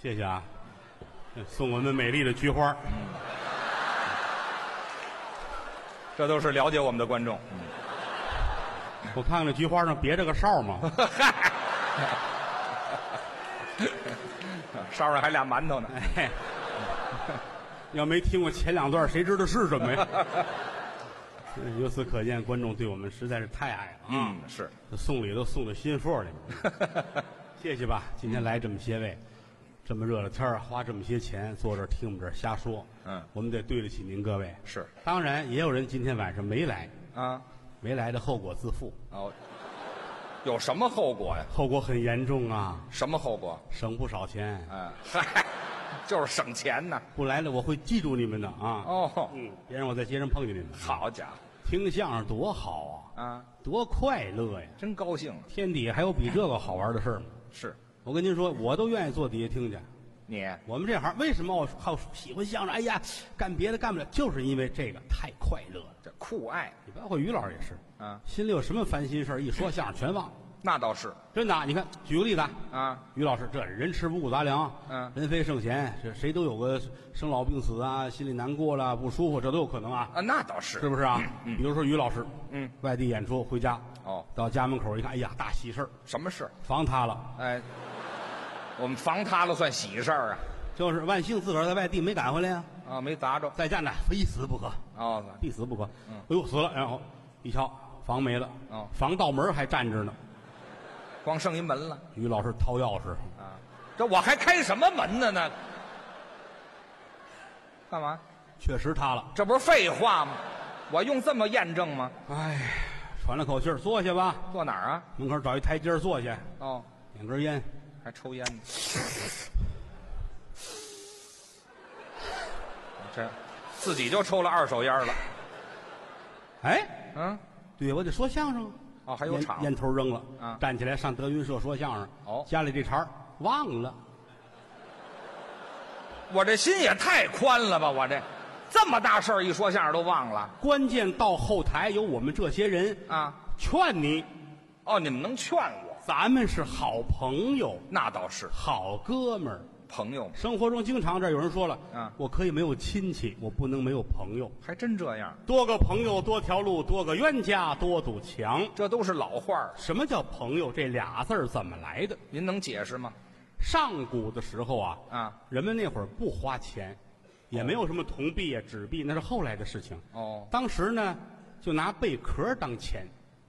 谢谢啊，送我们美丽的菊花。这都是了解我们的观众。我看看这菊花上别着个哨嘛，梢上还俩馒头呢，哎， 要没听过前两段，谁知道是什么呀？ 由此可见，观众对我们实在是太爱了啊！嗯，是，送礼都送到心腹里面，谢谢吧。今天来这么些位，这么热的天儿，啊花这么些钱坐这儿听我们这儿瞎说，嗯我们得对得起您各位。是当然，也有人今天晚上没来，啊，没来的后果自负，哦，有什么后果呀？后果很严重啊，什么后果？省不少钱。嗯，嗨， 就是省钱呢。不来了，我会记住你们的啊。哦，嗯，别让我在街上碰见你们。好家听相声多好伙啊，啊，多快乐呀！真高兴了。天底下还有比这个好玩的事儿吗？是我跟您说，我都愿意坐底下听去。你我们这行为什么我好喜欢相声？哎呀，干别的干不了，就是因为这个太快乐了。这酷爱你包括于老师也是，啊，心里有什么烦心事儿一说相声全忘了。那倒是真的啊，你看，举个例子啊，啊，于老师这人吃五谷杂粮，嗯人非圣贤，这谁都有个生老病死啊，心里难过了不舒服，这都有可能啊，啊，那倒是是不是啊？比如说于老师，嗯，外地演出回家，哦，到家门口一看，哎呀，大喜事儿，什么事儿？房塌了，哎，我们房塌了算喜事儿啊？就是万幸自个儿在外地没赶回来呀、啊，没砸着在家呢，非死不可，哦，必死不可。哎呦，死了，然后一瞧，房没了，哦防盗门还站着呢。光剩一门了于老师掏钥匙，啊，这我还开什么门呢？那干嘛？确实塌了。这不是废话吗？我用这么验证吗？哎，喘了口气儿，坐下吧。坐哪儿啊？门口找一台阶儿坐下，哦，点根烟。还抽烟呢。这自己就抽了二手烟了。哎，嗯，对，我得说相声啊。哦，还有烟场烟头扔了，啊站起来上德云社说相声。哦家里这茬儿忘了，我这心也太宽了吧！我这这么大事儿一说相声都忘了关键到后台有我们这些人啊！劝你，哦，你们能劝我，咱们是好朋友、那倒是好哥们儿。朋友们，生活中经常这儿有人说了，嗯我可以没有亲戚，我不能没有朋友。还真这样，多个朋友多条路，多个冤家多堵墙。这都是老话儿。什么叫朋友？这俩字儿怎么来的？您能解释吗？上古的时候啊，啊，人们那会儿不花钱，也没有什么铜币啊、纸币，那是后来的事情。哦，当时呢，就拿贝壳当钱，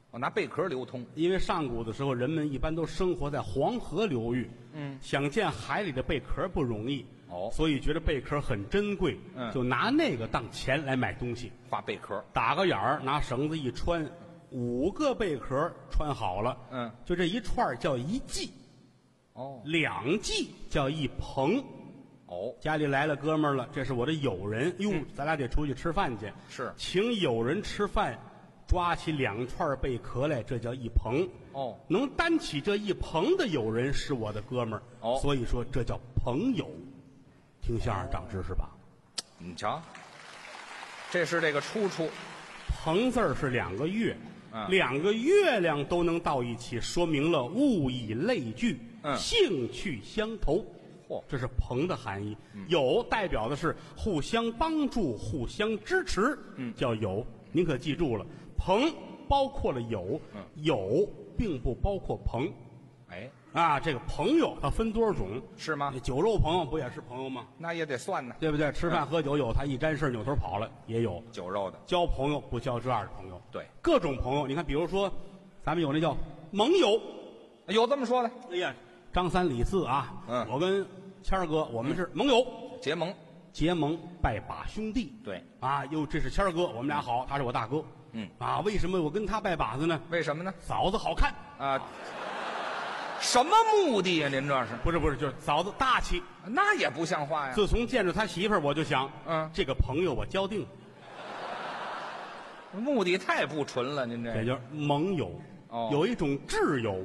我哦拿贝壳流通。因为上古的时候，人们一般都生活在黄河流域，嗯，想见海里的贝壳不容易，哦所以觉得贝壳很珍贵，嗯就拿那个当钱来买东西，画贝壳，打个眼儿，拿绳子一穿，五个贝壳穿好了，嗯，就这一串儿叫一季，哦两季叫一棚。哦，家里来了哥们儿了，这是我的友人，哟，嗯咱俩得出去吃饭去。是请友人吃饭，抓起两串贝壳来，这叫一棚。哦，能担起这一棚的友人是我的哥们儿，哦所以说这叫朋友。听相声长知识吧？你嗯瞧，这是这个出处。朋字儿是两个月，嗯两个月亮都能到一起，说明了物以类聚，嗯兴趣相投。嚯嗯这是“朋”的含义。友代表的是互相帮助、互相支持，嗯，叫友。您可记住了，朋包括了友，嗯友并不包括朋哎，啊。这个朋友它分多少种？是吗？啊酒肉朋友不也是朋友吗？那也得算呢。对不对？吃饭喝酒有他一沾事儿扭头跑了也有，酒肉的，交朋友不交这样的朋友。对，各种朋友，你看，比如说，咱们有那叫盟友，有这么说的，哎呀，张三李四啊，嗯我跟谦儿哥，我们是盟友，结盟。结盟拜把兄弟，对，啊，哟，这是谦儿哥，我们俩好，他是我大哥，嗯，啊，为什么我跟他拜把子呢？为什么呢？嫂子好看，啊，什么目的呀、您这是？不是不是，就是嫂子大气。那也不像话呀！自从见着他媳妇儿，我就想，嗯这个朋友我交定了，目的太不纯了，您也这就是盟友。哎哦有一种挚友，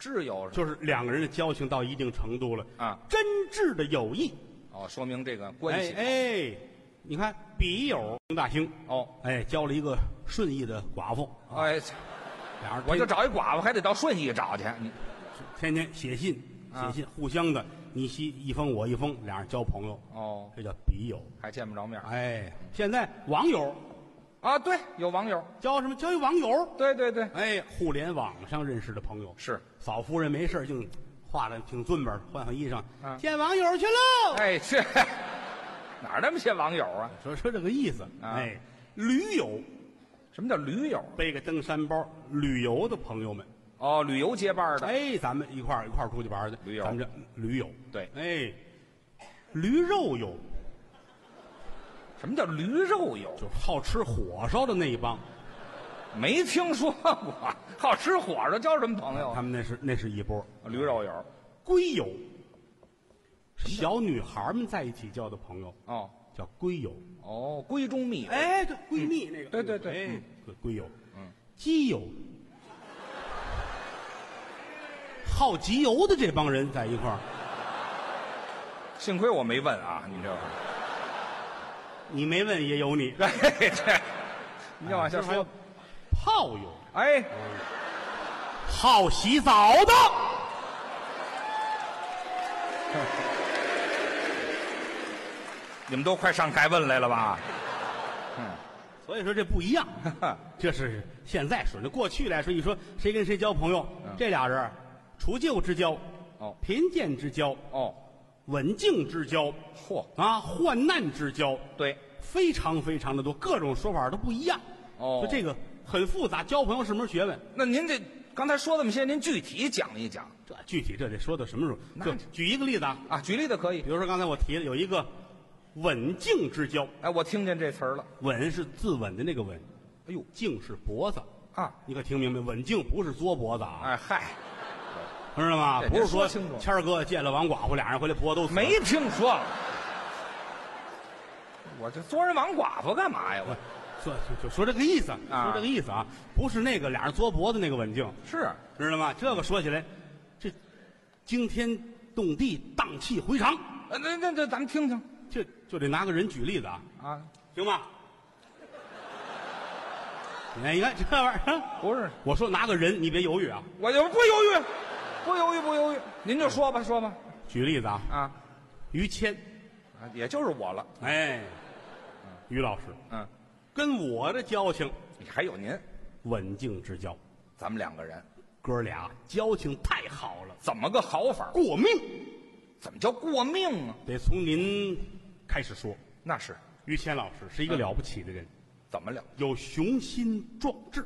挚友是就是两个人的交情到一定程度了，啊，真挚的友谊。哦，说明这个关系、哎哎，你看笔友邢大兴，哦，哎，交了一个顺义的寡妇，哎，俩人我天就找一寡妇，还得到顺义找去，你天天写信，啊写信，互相的，你吸一封我一封，俩人交朋友，哦，这叫笔友。还见不着面儿哎，现在网友啊？对，有网友，交什么？交一网友。对对对，哎，互联网上认识的朋友，是，嫂夫人没事儿净化的挺俊本儿，换换衣裳，嗯见网友去喽。哎，这 哪儿那么些网友啊？说说这个意思。啊哎，驴友什么叫驴友？背个登山包，旅游的朋友们，哦，旅游结伴儿的，哎，咱们一块儿一块儿出去玩儿去。驴友咱们这驴友。对哎，驴肉友什么叫驴肉友？就是好吃火烧的那一帮，哎没听说过，好吃火烧交什么朋友他啊？们那是那是一波。驴肉友，龟友，小女孩们在一起交的朋友哦叫龟友。哦，闺中密友，哎，对，闺蜜那个。嗯对对对哎，龟龟友。嗯，基友，好集邮的这帮人在一块儿。幸亏我没问啊，你这个，你没问也有你。哎这，你再往下还有说，炮友，哎，好洗澡的，你们都快上台问来了吧？ 所以说这不一样。 哼这是现在说，那过去来说，一说谁跟谁交朋友，这俩人儿除旧之交，嗯哦贫贱之交，哦，刎颈之交，嚯，啊，患难之交，对，非常非常的多，各种说法都不一样。哦所以这个很复杂，交朋友是门学问。那您这刚才说这么些，您具体讲一讲这具体这得说到什么时候？那就举一个例子啊，啊？举例的可以比。如说刚才我提的有一个刎颈之交，哎，我听见这词儿了。刎是自刎的那个刎，哎呦颈是脖子，啊，你可听明白？刎颈不是嘬脖子啊，哎嗨，知道吗？这不是您说清楚谦儿哥见了王寡妇，俩人回来脖子都死了没听说过。我这做人王寡妇干嘛呀？我说就就说这个意思，啊说这个意思啊，不是那个俩人嘬脖子那个刎颈，是啊知道吗？这个说起来，这惊天动地、荡气回肠，呃那那那咱们听听这就得拿个人举例子啊，啊，行吧？ 你看，你看这玩意儿，啊不是，我说拿个人，你别犹豫啊。我就不犹豫，不犹豫，不犹豫，您就说吧，说吧举例子啊，啊，于谦，啊也就是我了，哎，于老师嗯，跟我的交情，还有您，刎颈之交，咱们两个人哥俩交情太好了，怎么个好法？过命怎么叫过命啊？得从您开始说。那是于谦老师是一个了不起的人，怎么了？有雄心壮志。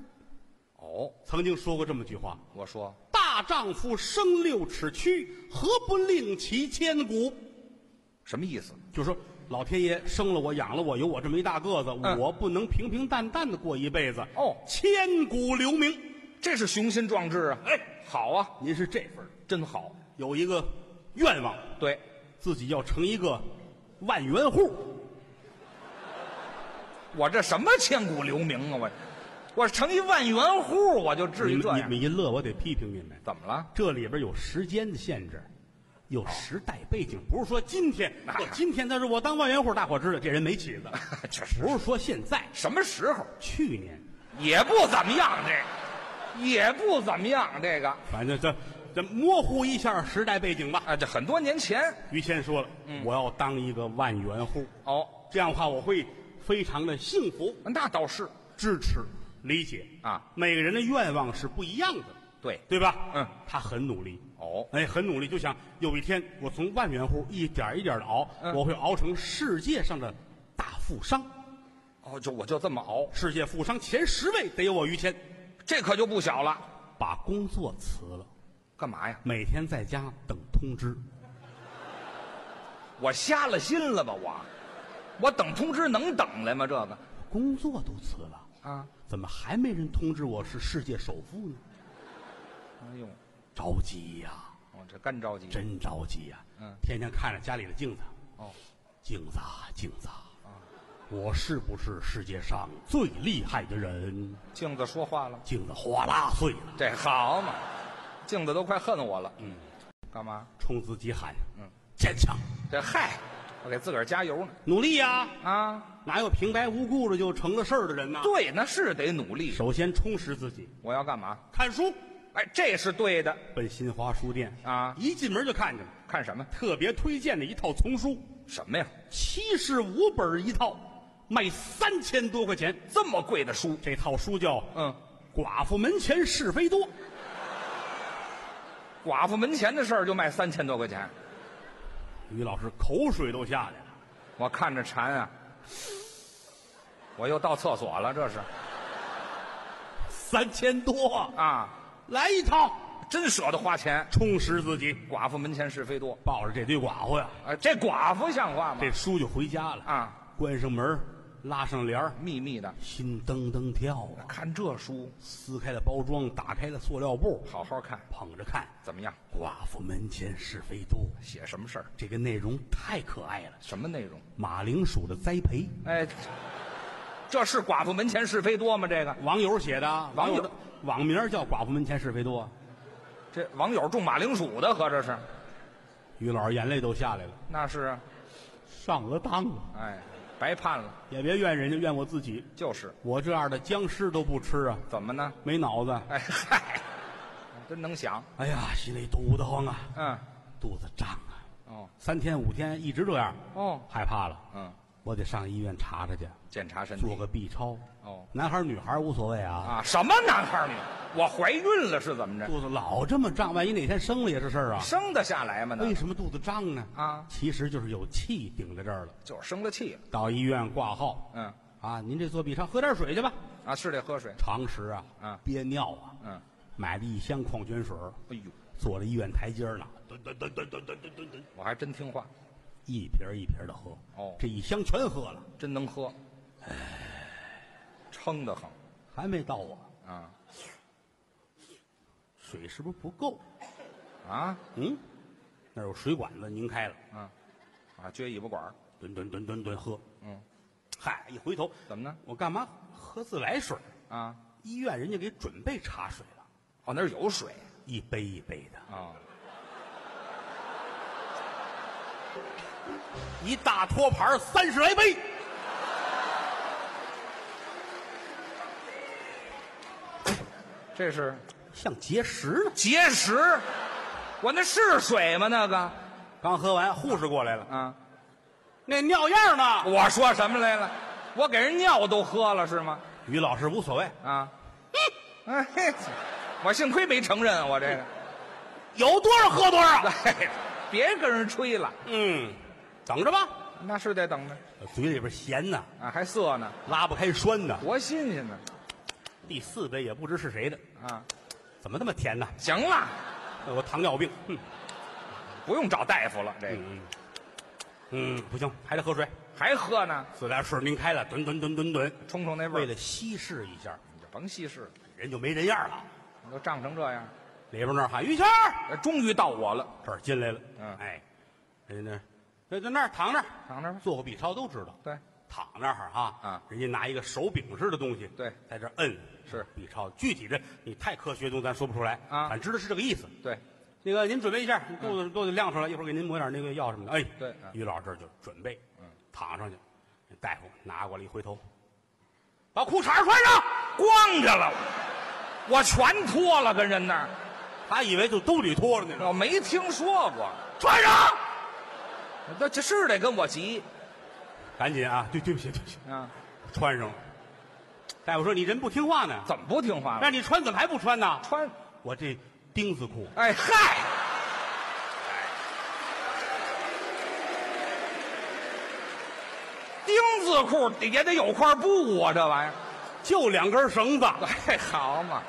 哦，曾经说过这么句话我说：“大丈夫生六尺躯，何不令其千古什么意思？”就说老天爷生了我，养了我，有我这么一大个子，嗯我不能平平淡淡的过一辈子哦千古留名。这是雄心壮志啊！哎，好啊，您是这份儿真好。有一个愿望，对，自己要成一个万元户，我这什么千古留名啊？我，我成一万元户，我就至你于们这你样？们一乐，我得批评你们。怎么了？ 这里边有时间的限制，有时代背景，不是说今天，我今天他说我当万元户，大伙知道这人没起 子，确实，不是说现在，什么时候去年，也不怎么样，这个也不怎么样，这个反正这这模糊一下时代背景吧。啊，这很多年前于谦说了，嗯我要当一个万元户，哦，这样的话我会非常的幸福。那倒是支持、理解啊，每个人的愿望是不一样的，对对吧？嗯，他很努力，哦，哎，很努力，就想有一天我从万元户一点一点的熬，嗯我会熬成世界上的大富商，哦，就我就这么熬，世界富商前十位得有我于谦。这可就不小了。把工作辞了，干嘛呀？每天在家等通知。我瞎了心了吧？我，我等通知能等来吗？这个工作都辞了，啊，怎么还没人通知我是世界首富呢？哎呦，着急呀、我这干着急。真着急呀、嗯天天看着家里的镜子，哦，镜子啊，镜子啊，我是不是世界上最厉害的人？镜子说话了。镜子哗啦碎了，这好嘛，镜子都快恨我了。嗯，干嘛？冲自己喊：“嗯，坚强，这嗨，我给自个儿加油呢。努力呀、啊，哪有平白无故的就成了事儿的人呢？对，那是得努力。首先充实自己，我要干嘛？看书，哎，这是对的奔新华书店啊一进门就看见了，看什么？特别推荐的一套丛书，什么呀？七十五本一套，卖三千多块钱。这么贵的书？这套书叫《嗯，寡妇门前是非多》，寡妇门前的事儿就卖三千多块钱，于老师口水都下来了。我看着馋啊！我又到厕所了，这是三千多，啊，来一套，真舍得花钱。充实自己。寡妇门前是非多，抱着这堆寡妇呀，哎，这寡妇像话吗这？书就回家了。啊，关上门，拉上帘儿秘密的，心噔噔跳啊！看这书，撕开了包装，打开了塑料布，好好看，捧着看。怎么样？寡妇门前是非多，写什么事儿？这个内容太可爱了。什么内容？马铃薯的栽培，哎，这是寡妇门前是非多吗？这个，网友写的啊，网友的网名叫“寡妇门前是非多啊这网友种马铃薯的，合着是？”，于老师眼泪都下来了，那是啊，上了当了。哎，白盼了，也别怨人家，怨我自己，就是我这样的僵尸都不吃啊，怎么呢？没脑子。哎嗨，真能想，哎呀，心里堵得慌啊，嗯，肚子胀啊，哦三天五天一直这样，哦，害怕了，嗯，我得上医院查查去，检查身做体个 B 超。哦男孩儿女孩儿无所谓啊，啊，什么男孩儿女？我怀孕了是怎么着？肚子老这么胀，万一哪天生了也是事儿啊。生得下来吗？呢为，什么肚子胀呢？啊其实就是有气顶在这儿了。就是生了气了，到医院挂号嗯，啊，您这做 B 超，喝点水去吧。啊，是得喝水，常识啊，啊憋尿啊，嗯，买了一箱矿泉水儿，哎呦，坐在医院台阶儿呢，蹲蹲蹲蹲蹲蹲蹲蹲蹲，我还真听话，一瓶儿一瓶的喝。哦这一箱全喝了，真能喝，撑得很还没到我，啊水是不是不够？啊嗯，那儿有水管子，拧开了，啊啊，撅尾巴管儿蹲蹲蹲蹲蹲喝。嗯，嗨，一回头，怎么呢？我干嘛喝自来水儿？啊，医院人家给准备茶水了，哦，那儿有水一杯一杯的。啊，一大托盘三十来杯，这是像结石呢。结石，我那是水吗？那个刚喝完，护士过来了，啊，那尿样呢？我说什么来了？我给人尿都喝了是吗？于老师无所谓， 啊，哎，嘿我幸亏没承认我这个，有多少喝多 少。哎，别跟人吹了，嗯，等着吧，那是得等着嘴里边咸呢，啊，还涩呢，拉不开栓呢。多新鲜呢第四杯也不知是谁的，啊！怎么那么甜呢？行了，我糖尿病。嗯不用找大夫了，这个嗯嗯，不行，还得喝水。还喝呢，自来水拧开了，吨吨吨吨吨，冲冲那味儿。为了稀释一下，你就甭稀释了，人就没人样了。你都胀成这样。里边那儿喊于谦儿，哎终于到我了，这儿进来了，嗯哎，人家那在那儿躺那儿躺那儿吧做过 B 超都知道，对，躺那儿啊，啊人家拿一个手柄似的东西，对在这儿摁是 B 超，具体的你太科学的东西咱说不出来啊俺知道是这个意思。对，那个您准备一下，给我给我亮出来，一会儿给您抹点那个药什么的。哎，嗯对嗯于老师这儿就准备，躺上去，大夫拿过来一回头，把裤衩儿穿上，光着了，我全脱了，跟人那儿，他以为就都得脱了呢，我没听说过。穿上，那这是得跟我急赶紧啊，对对不起对不起，啊？穿上了。大夫说你人不听话呢，怎么不听话了？让你穿怎么还不穿呢？穿，我这钉子裤，哎嗨，哎钉子裤也得有块布啊，这玩意儿。就两根绳子，哎，好嘛，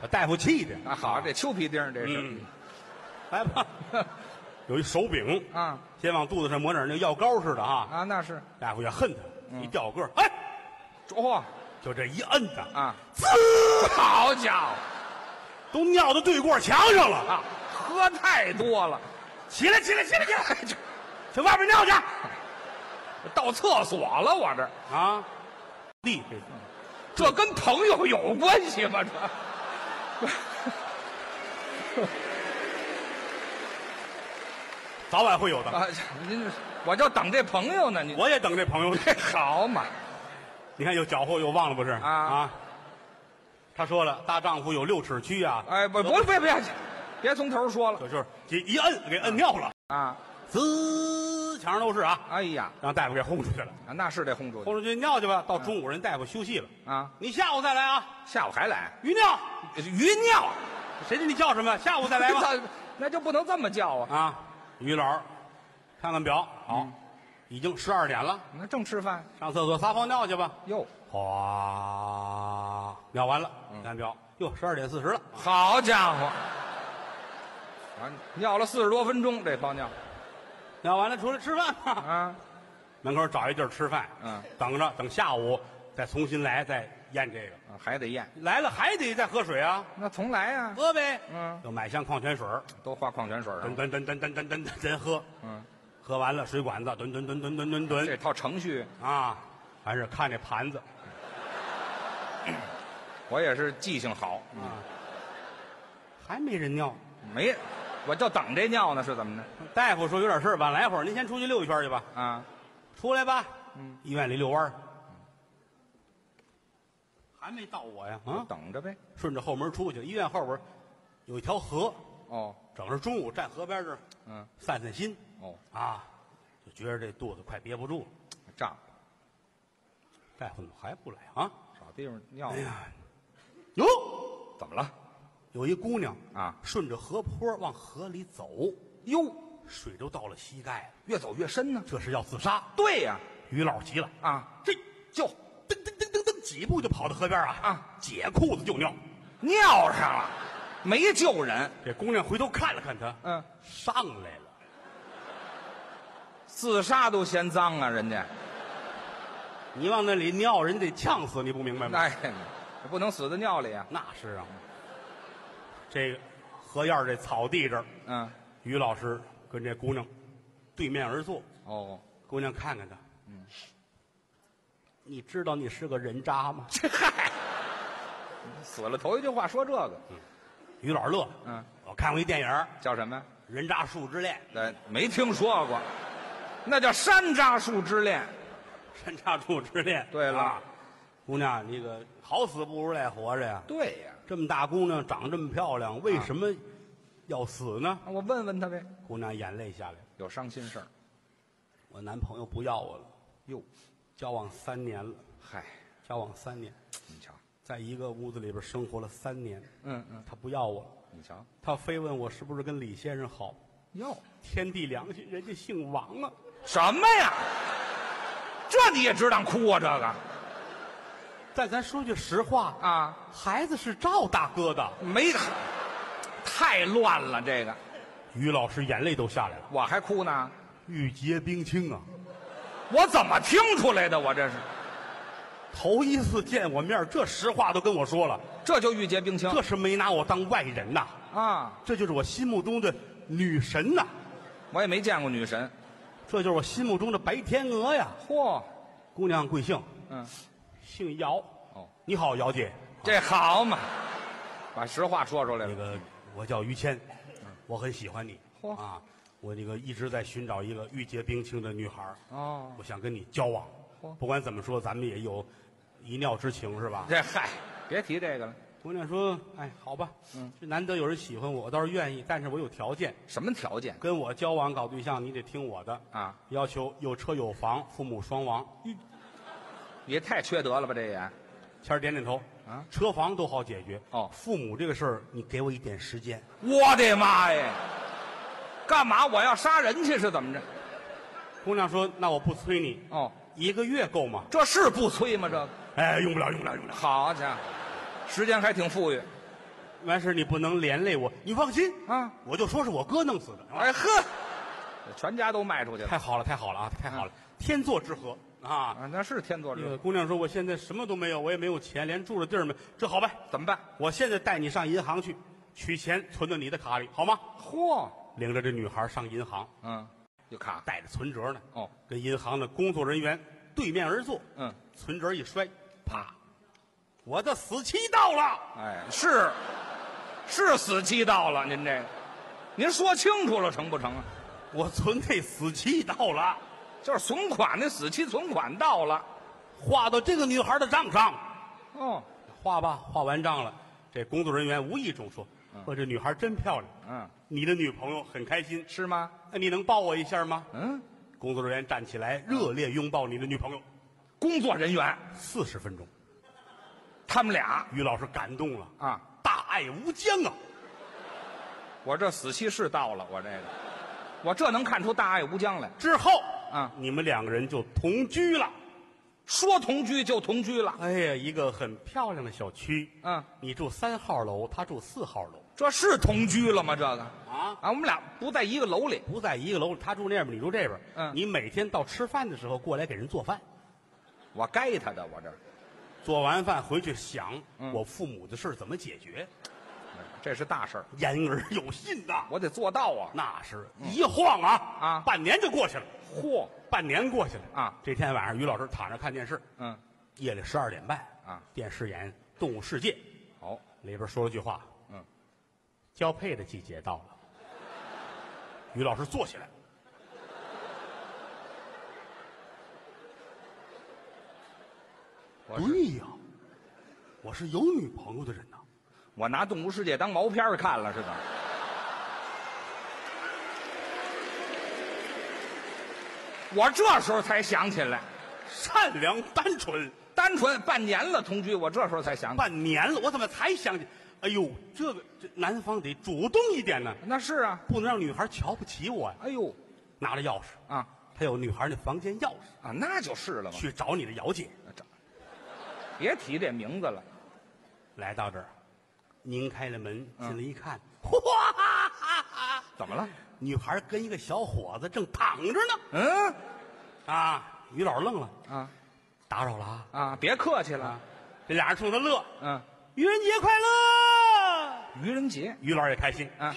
把大夫气的啊好，这秋皮钉儿这是嗯，来 吧，有一手柄，啊先往肚子上抹点那个药膏似的啊。啊，那是，大夫也恨他，一掉个儿，哎，哦就这一摁他，啊，滋，好家伙！都尿到对过墙上了啊！啊，喝太多了，起来，起来，起来，起来，哎这去外边尿去 到厕所了，我这啊！地这这跟朋友有关系吗？这早晚会有的，啊，您这我就等这朋友呢，你我也等这朋友呢。好嘛？你看又搅和又忘了不是啊啊？他说了，大丈夫有六尺躯啊，哎，不不别别，别从头说了可就是一一摁给摁尿了，啊！滋，墙上都是啊，哎呀，让大夫给轰出去了，啊那是得轰出去轰出去尿去吧。到中午人大夫休息了，啊！你下午再来啊，下午还来余尿，余尿，啊谁知你叫什么？下午再来吧。那那就不能这么叫啊！啊，于老儿，看看表，嗯好，已经十二点了，那正吃饭上厕所撒泡尿去吧。哟，哗，尿完了，嗯看表，哟，十二点四十了。好家伙！啊，尿了四十多分钟这泡尿尿完了出来吃饭吧，啊！门口找一地儿吃饭，嗯，等着等下午再重新来再验这个。啊还得验，来了还得再喝水啊，那重来啊！喝呗，嗯，就买箱矿泉水儿，都花矿泉水了吨。吨吨吨吨吨吨吨喝，嗯，喝完了水管子吨吨吨吨吨吨吨这套程序啊，还是看这盘子我也是记性好，啊，还没人尿。没，我就等这尿呢，是怎么大夫说有点事儿，晚来会儿，您先出去溜一圈去吧。着啊？出来吧，嗯，医院里遛弯儿，还没到我呀，啊，等着呗。顺着后门出去，医院后边有一条河，哦，整是中午站河边这儿嗯，散散心哦，啊，就觉着这肚子快憋不住了。胀，大夫怎么还不来啊？找地方尿哎，呀，哟，怎么了？有一姑娘啊，顺着河坡往河里走，哟，水都到了膝盖了，越走越深呢。这是要自杀。对呀、于老急了，啊，这就噔噔噔噔噔几步就跑到河边啊啊，解裤子就尿。尿上了，没救人。这姑娘回头看了看他，嗯，上来了，自杀都嫌脏啊，人家。你往那里尿，人得呛死，你不明白吗？哎，这不能死在尿里啊。那是啊，这个河沿儿这草地这儿，嗯，于老师跟这姑娘对面而坐，哦，姑娘看看他，嗯，你知道你是个人渣吗？死了头一句话说这个，于老师乐了，嗯，我看过一电影儿叫什么呀？ 《人渣树之恋对，没听说过，那叫山楂树之恋。》， 《人渣树之恋》。 对了啊姑娘，那个好死不如赖活着呀！对呀、这么大姑娘长这么漂亮，为什么要死呢？我问问他呗。姑娘眼泪下来，有伤心事儿。我男朋友不要我了，哟，交往三年了，嗨，交往三年，你瞧，在一个屋子里边生活了三年，嗯嗯，他不要我了，你瞧，他非问我是不是跟李先生好，哟，天地良心，人家姓王啊，什么呀？这你也值当哭啊？这个但咱说句实话，啊，孩子是赵大哥的。没，太乱了。这个于老师眼泪都下来了，我还哭呢，玉洁冰清啊，我怎么听出来的？我这是，头一次见我面，这实话都跟我说了，这就玉洁冰清这是没拿我当外人呐，啊！这就是我心目中的女神呐，我也没见过女神。这就是我心目中的白天鹅呀。嚯，姑娘贵姓？嗯，姓姚。哦，你好，姚姐。这好嘛，把实话说出来那了。个，我叫于谦，我很喜欢你嗯嚯啊。我这个一直在寻找一个玉洁冰清的女孩儿，哦，我想跟你交往嚯。不管怎么说，咱们也有一尿之情是吧？这嗨，别提这个了。姑娘说：“哎，好吧，嗯，这难得有人喜欢我，我倒是愿意，但是我有条件，什么条件跟我交往搞对象，你得听我的，啊？要求有车有房，父母双亡。”也太缺德了吧，这也。谦儿点点头啊，车房都好解决哦父母这个事儿，你给我一点时间。我的妈呀！干嘛我要杀人去是怎么着？姑娘说：“那我不催你，哦，一个月够吗这是不催吗？这个？”哎，用不了，用不了，用不了。好家伙，时间还挺富裕完事儿你不能连累我，你放心，啊！我就说是我哥弄死的。哎呵，全家都卖出去了太好了，太好了啊，太好了，天作之合啊！啊！那是天作之那合个，姑娘说：“我现在什么都没有，我也没有钱，连住的地儿没。这好办，怎么办？我现在带你上银行去取钱，存到你的卡里，好吗嚯，？”领着这女孩上银行，嗯，有卡带着存折呢，哦，跟银行的工作人员对面而坐。嗯，存折一摔，啪，我的死期到了。哎，是是死期到了，您这个，您说清楚了成不成啊？我存那死期到了，就是存款那死期存款到了，划到这个女孩的账上。哦，画吧，画完账了。这工作人员无意中说：“我这女孩真漂亮，嗯，你的女朋友很开心，是吗？那你能抱我一下吗嗯，？”工作人员站起来，热烈拥抱你的女朋友工作人员四十分钟。他们俩于老师感动了，啊，大爱无疆啊！我这死期是到了，我这个，我这能看出大爱无疆来。之后啊你们两个人就同居了。说同居就同居了，哎呀，一个很漂亮的小区，嗯，你住三号楼，他住四号楼这是同居了吗？这个啊，啊，我们俩不在一个楼里，不在一个楼，他住那边，你住这边，嗯你每天到吃饭的时候过来给人做饭，我该他的，我这做完饭回去想、嗯我父母的事怎么解决，这是大事儿，言而有信呐，我得做到啊！那是一晃啊啊半年就过去了，嚯，半年过去了啊，这天晚上于老师躺着看电视，嗯，夜里十二点半啊，电视演《动物世界》，好，里边说了句话，嗯，交配的季节到了。于老师坐起来，我是对呀，我是有女朋友的人呐。我拿《动物世界》当毛片儿看了是吧？我这时候才想起来，善良单纯，单纯半年了同居，我这时候才想起来。半年了，我怎么才想起？哎呦，这个这男方得主动一点呢，那是啊，不能让女孩瞧不起我呀。哎呦，拿着钥匙，啊他有女孩那房间钥匙，啊，那就是了嘛。去找你的姚姐。这别提这名字了，来到这儿，拧开了门，进来一看，哇哈哈哈！怎么了？女孩跟一个小伙子正躺着呢。嗯啊，于老师愣了，啊打扰了啊！啊，别客气了啊，，这俩人冲他乐，嗯，愚人节快乐！愚人节于老师也开心。啊，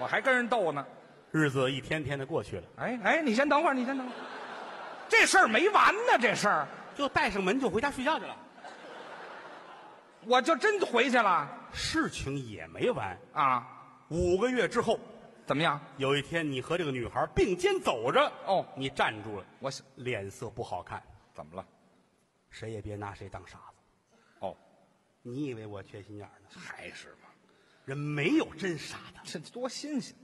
我还跟人斗呢。日子一天天的过去了，哎哎，你先等会儿，你先等会儿，这事儿没完呢，这事儿，就带上门就回家睡觉去了。我就真回去了事情也没完。啊？五个月之后，怎么样？有一天你和这个女孩并肩走着，哦你站住了，我想脸色不好看，怎么了？谁也别拿谁当傻子。哦，你以为我缺心眼儿呢？还是嘛，人没有真傻的。这多新鲜！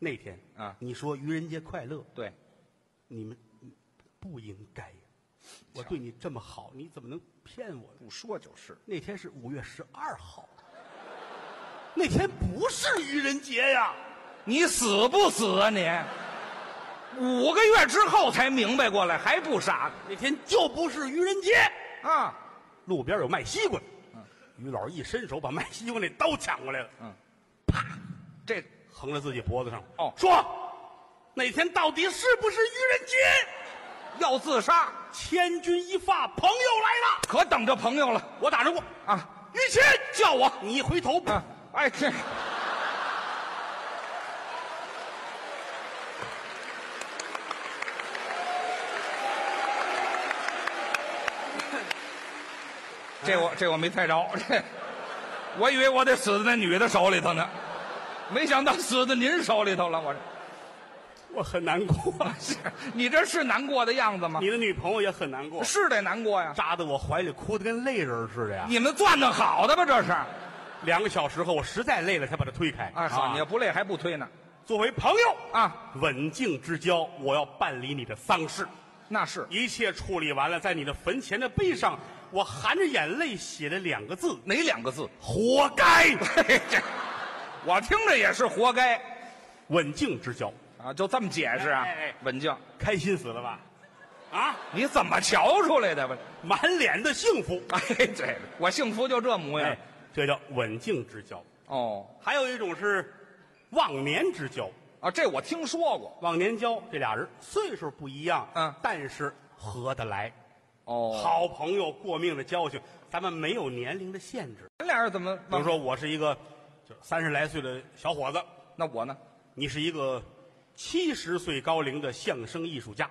那天啊你说愚人节快乐，对，你们不应该呀！我对你这么好，你怎么能骗我呢？不说就是。那天是五月十二号，那天不是愚人节呀！你死不死啊你？五个月之后才明白过来，还不傻那天就不是愚人节。啊？路边有卖西瓜的，于老师一伸手把卖西瓜那刀抢过来了，嗯这横在自己脖子上。哦说那天到底是不是愚人节？要自杀，千钧一发，朋友来了，可等着朋友了我打着过。啊！于谦叫我，你一回头，啊，哎这，这我这我没猜着，这我以为我得死在那女的手里头呢，没想到死在您手里头了。我 我很难过。这，你这是难过的样子吗？你的女朋友也很难过，是得难过呀。扎在我怀里，哭得跟泪人似的呀。你们攥的好的吧？这是两个小时后，我实在累了，才把她推开。啊，好，你要不累还不推呢作为朋友，啊？刎颈之交，我要办理你的丧事。那是一切处理完了，在你的坟前的碑上，我含着眼泪写了两个字：哪两个字？活该。这 我听着也是活该刎颈之交，啊，就这么解释啊哎哎哎？文静，开心死了吧？啊，你怎么瞧出来的 吧？满脸的幸福。哎，对，我幸福就这模样哎。，这叫刎颈之交。哦，还有一种是忘年之交，啊，这我听说过。忘年交这俩人岁数不一样，嗯但是合得来，哦，，好朋友过命的交情，咱们没有年龄的限制。咱俩人怎么？比如，说，我是一个就三十来岁的小伙子，那我呢？你是一个七十岁高龄的相声艺术家，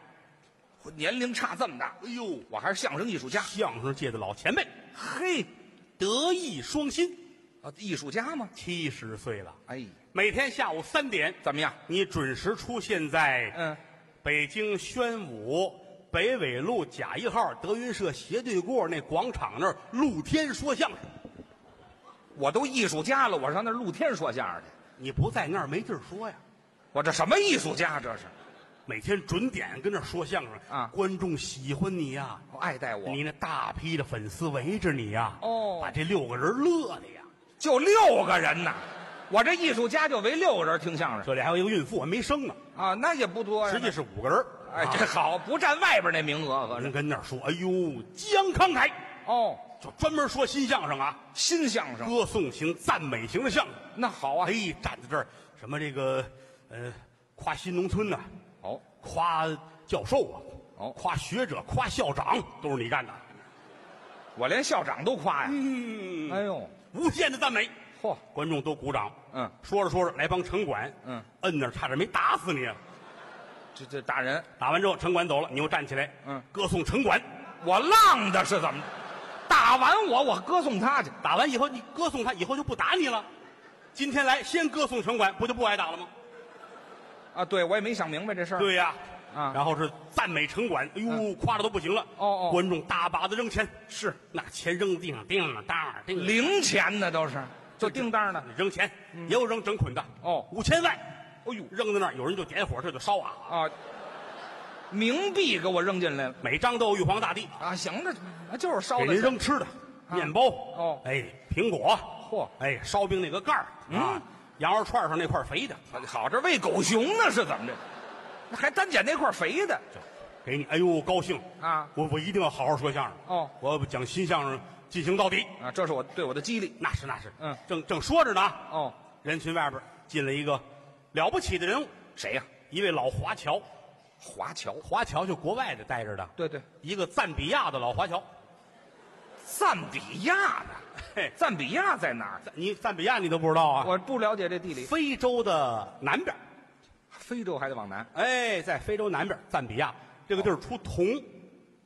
年龄差这么大，哎呦，我还是相声艺术家。相声界的老前辈，嘿，德艺双馨，啊，艺术家吗？七十岁了，哎，每天下午三点，怎么样？你准时出现在嗯，北京宣武北纬路甲一号德云社斜对过那广场那儿露天说相声，我都艺术家了，我上那儿露天说相声去，你不在那儿没地儿说呀。我这什么艺术家这是？每天准点跟那儿说相声啊观众喜欢你呀、我爱戴我，你那大批的粉丝围着你呀、哦把这六个人乐的呀。就六个人呐，我这艺术家就为六个人听相声这里还有一个孕妇，还没生呢，啊，那也不多呀。实际啊是五个人。哎，这好，不占外边那名额，合啊着您跟那儿说，哎呦，江慷慨，哦，就专门说新相声啊，新相声歌颂型、赞美型的相声。那好啊，哎，站在这儿，什么这个，呃，夸新农村呐、哦，夸教授啊，哦夸学者，夸校长，都是你干的。我连校长都夸呀，嗯，哎呦，无限的赞美，嚯，观众都鼓掌。嗯，说着说着，来帮城管，嗯，摁那儿差点没打死你。啊这这打人，打完之后，城管走了，你又站起来，嗯，歌颂城管。我浪的是怎么？打完我，我歌颂他去。打完以后，你歌颂他，以后就不打你了。今天来先歌颂城管，不就不挨打了吗？啊，对，我也没想明白这事儿。对呀、啊嗯然后是赞美城管，哎呦，夸的都不行了。哦哦观众大把的扔钱，是那钱扔地上，叮当当叮，零钱呢，都是就叮当的。扔钱，也有扔整捆的，嗯哦五千万，哎呦扔在那儿，有人就点火，这就烧啊。啊，冥币给我扔进来了每张都有玉皇大帝啊！行了，啊就是烧给的您。扔吃的，面包哦嗯哎，苹果，嚯哎，烧饼那个盖儿啊，羊肉串上那块肥的，好，这喂狗熊呢是怎么着？那还单捡那块肥的给你，哎呦，高兴啊我我一定要好好说相声哦我要讲新相声进行到底。啊！这是我对我的激励。那是那是，嗯正正说着呢啊，哦，人群外边进了一个了不起的人物，谁呀、一位老华侨，华侨。华侨就国外的待着的，对对，一个赞比亚的老华侨。赞比亚的。嘿，赞比亚在哪儿？你赞比亚你都不知道啊？我不了解这地理。非洲的南边，非洲还得往南。哎，在非洲南边，赞比亚这个地儿出铜，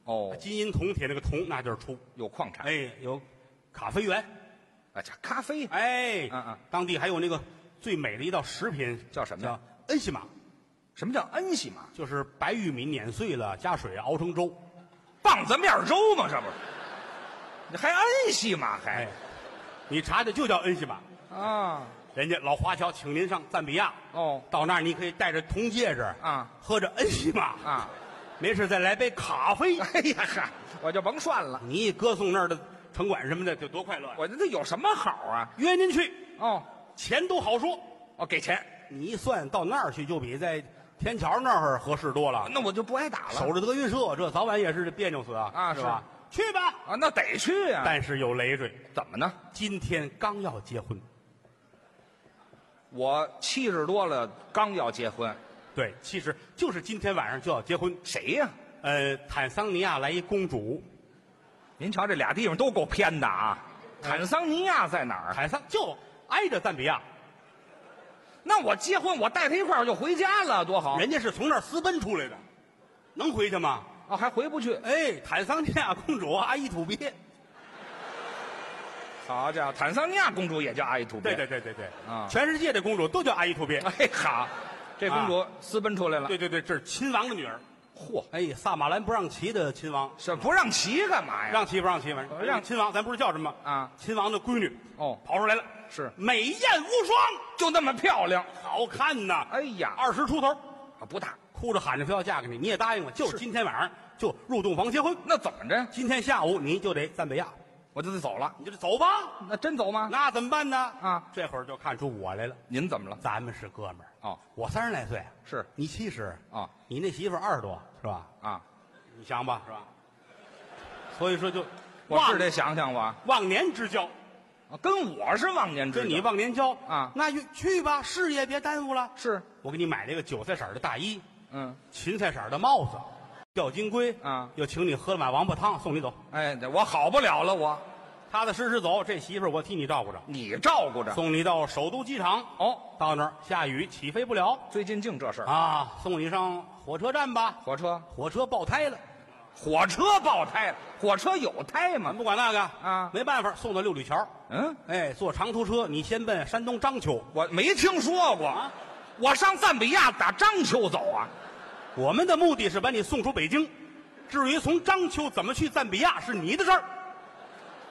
哦，金银铜铁那个铜，那地儿出。有矿产。哎，有咖啡园，啊，这咖啡哎，嗯嗯当地还有那个最美的一道食品叫什么呀叫恩西玛，什么叫恩西玛？就是白玉米碾碎了加水熬成粥。棒子面粥嘛，这不是？你还恩西玛还哎，你查查就叫恩西玛。啊？人家老华侨请您上赞比亚，哦到那儿你可以戴着铜戒指啊，喝着恩西玛啊，没事再来杯咖 啡。哎呀哈，我就甭涮了，你一歌颂那儿的城管什么的，就多快乐呀！我这有什么好啊？约您去，哦钱都好说。哦，给钱，你一算到那儿去，就比在天桥那儿合适多了。那我就不挨打了守着德云社，这早晚也是别扭死啊！啊是吧？去吧。啊？那得去啊？但是有累赘，怎么呢？今天刚要结婚，我七十多了，刚要结婚，对，其实就是今天晚上就要结婚。谁呀、呃，坦桑尼亚来一公主，您瞧这俩地方都够偏的啊！嗯坦桑尼亚在哪儿？坦桑就挨着赞比亚，那我结婚，我带他一块儿就回家了，多好！人家是从那儿私奔出来的，能回去吗？啊，还回不去。哎，坦桑尼亚公主阿依土鳖，好家伙，坦桑尼亚公主也叫阿依图别。对对对对对，啊全世界的公主都叫阿依土鳖，哎，好，这公主私奔出来了。啊对对对，这是亲王的女儿。 嚯，哎，萨马兰不让骑的亲王，这不让骑干嘛啊呀？让骑不让骑，反正呃让亲王，咱不是叫什么啊亲王的闺女哦跑出来了，是美艳无双，就那么漂亮。好看呐！哎呀，二十出头，啊不大，哭着喊着非要嫁给你，你也答应了，就是是今天晚上就入洞房结婚。那怎么着？今天下午你就得赞比亚，我就得走了。你就得走吧。那真走吗？那怎么办呢？啊，这会儿就看出我来了。您怎么了？咱们是哥们儿哦，我三十来岁，是你七十啊，你那媳妇儿二十多是吧？啊，你想吧，是吧？所以说就我忘是得想想我，啊忘年之交，跟我是忘年之交。跟你忘年交啊那就去吧，事业别耽误了。是，我给你买了一个韭菜色儿的大衣，嗯，芹菜色儿的帽子，吊金龟啊又请你喝了碗王八汤，送你走，哎，我好不了了，我踏踏实实走。这媳妇儿我替你照顾着，你照顾着。送你到首都机场，哦，到那儿下雨起飞不了最近净这事儿。啊，送你上火车站吧，火车，火车爆胎了，火车爆胎了，火车有胎咱吗？不管那个啊没办法，送到六里桥。嗯，哎，坐长途车，你先奔山东章丘。我没听说过。啊我上赞比亚打章丘走啊，我们的目的是把你送出北京，至于从章丘怎么去赞比亚是你的事儿，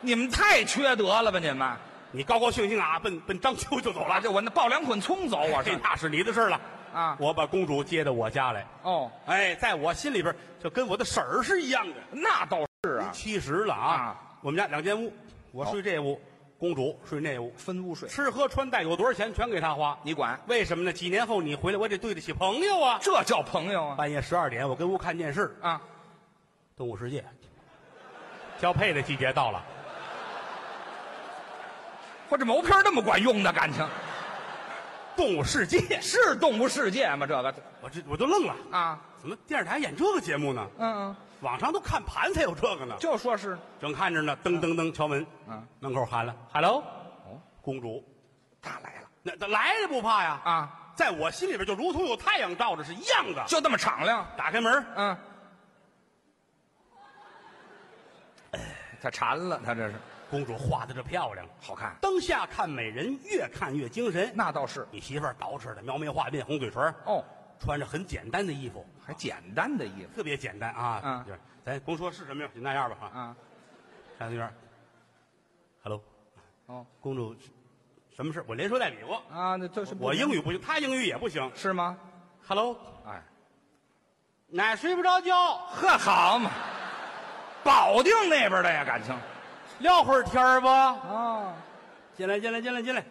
你们太缺德了吧，你们！你高高兴兴啊，奔奔章丘就走啊， 了，这我那抱两捆葱走，我这是那是你的事儿了啊我把公主接到我家来，哦，哎，在我心里边就跟我的婶儿是一样的。那倒是啊，七十了啊，啊我们家两间屋，我睡这屋，公主睡那屋，分屋睡，吃喝穿戴有多少钱全给她花。你管，为什么呢？几年后你回来，我得对得起朋友啊。这叫朋友啊半夜十二点，我跟屋看电视，啊！ 《动物世界》，交配的季节到了。或者毛片儿那么管用的感情， 《动物世界》，是动物世界吗？这个我这我都愣了，啊，怎么电视台演这个节目呢？嗯嗯，网上都看盘才有这个呢。就说是正看着呢，噔噔噔，敲门，嗯，门口喊了，Hello，公主，他来了那那来了不怕呀？啊，在我心里边就如同有太阳照着是一样的。就这么敞亮，打开门，嗯。他馋了，他这是公主画的这漂亮，好看，灯下看美人，越看越精神。那倒是你媳妇儿捯饬的描眉画鬓，红嘴唇，哦，穿着很简单的衣服，还简单的衣服特别简单啊。嗯就是咱甭说是什么样，就那样吧啊。啊，上那边，Hello，哦公主，什么事？我连说带理过，啊，那这是不我英语不行，她英语也不行。是吗？ Hello，哎，奶睡不着觉，呵，好嘛，保定那边的呀，感情聊会儿天儿吧。哦，进来，进来，进来，进来，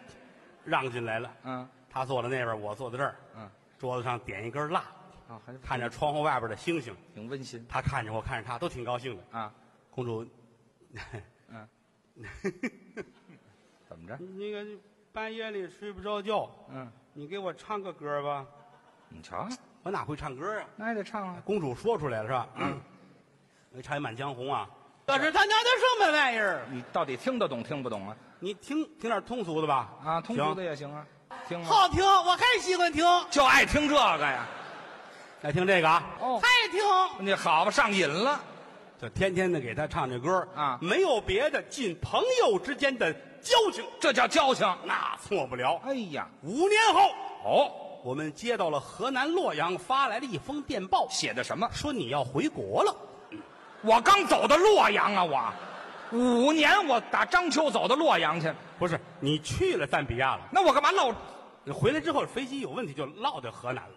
让进来了。嗯他坐在那边，我坐在这儿，嗯，桌子上点一根蜡，啊，还是看着窗户外边的星星。挺温馨他看着我，看着他，都挺高兴的。啊。公主，嗯，怎么着？那个半夜里睡不着觉，嗯，你给我唱个歌吧。你瞧，啊我哪会唱歌啊？那也得唱啊。公主说出来了是吧？ 没唱一《满江红》啊。这是他娘的什么玩意儿？你到底听得懂听不懂啊？你听听点通俗的吧。啊，通俗的行也行啊，听啊，好听，我还喜欢听，就爱听这个呀。来听这个啊。哦，爱听，你好吧，上瘾了。就天天的给他唱这歌啊没有别的，尽朋友之间的交情，这叫交情。那错不了。哎呀，五年后，哦，我们接到了河南洛阳发来的一封电报，写的什么？说你要回国了。我刚走到洛阳啊，我五年我打章丘走到洛阳去，不是，你去了赞比亚了，那我干嘛落？你回来之后飞机有问题就落在河南了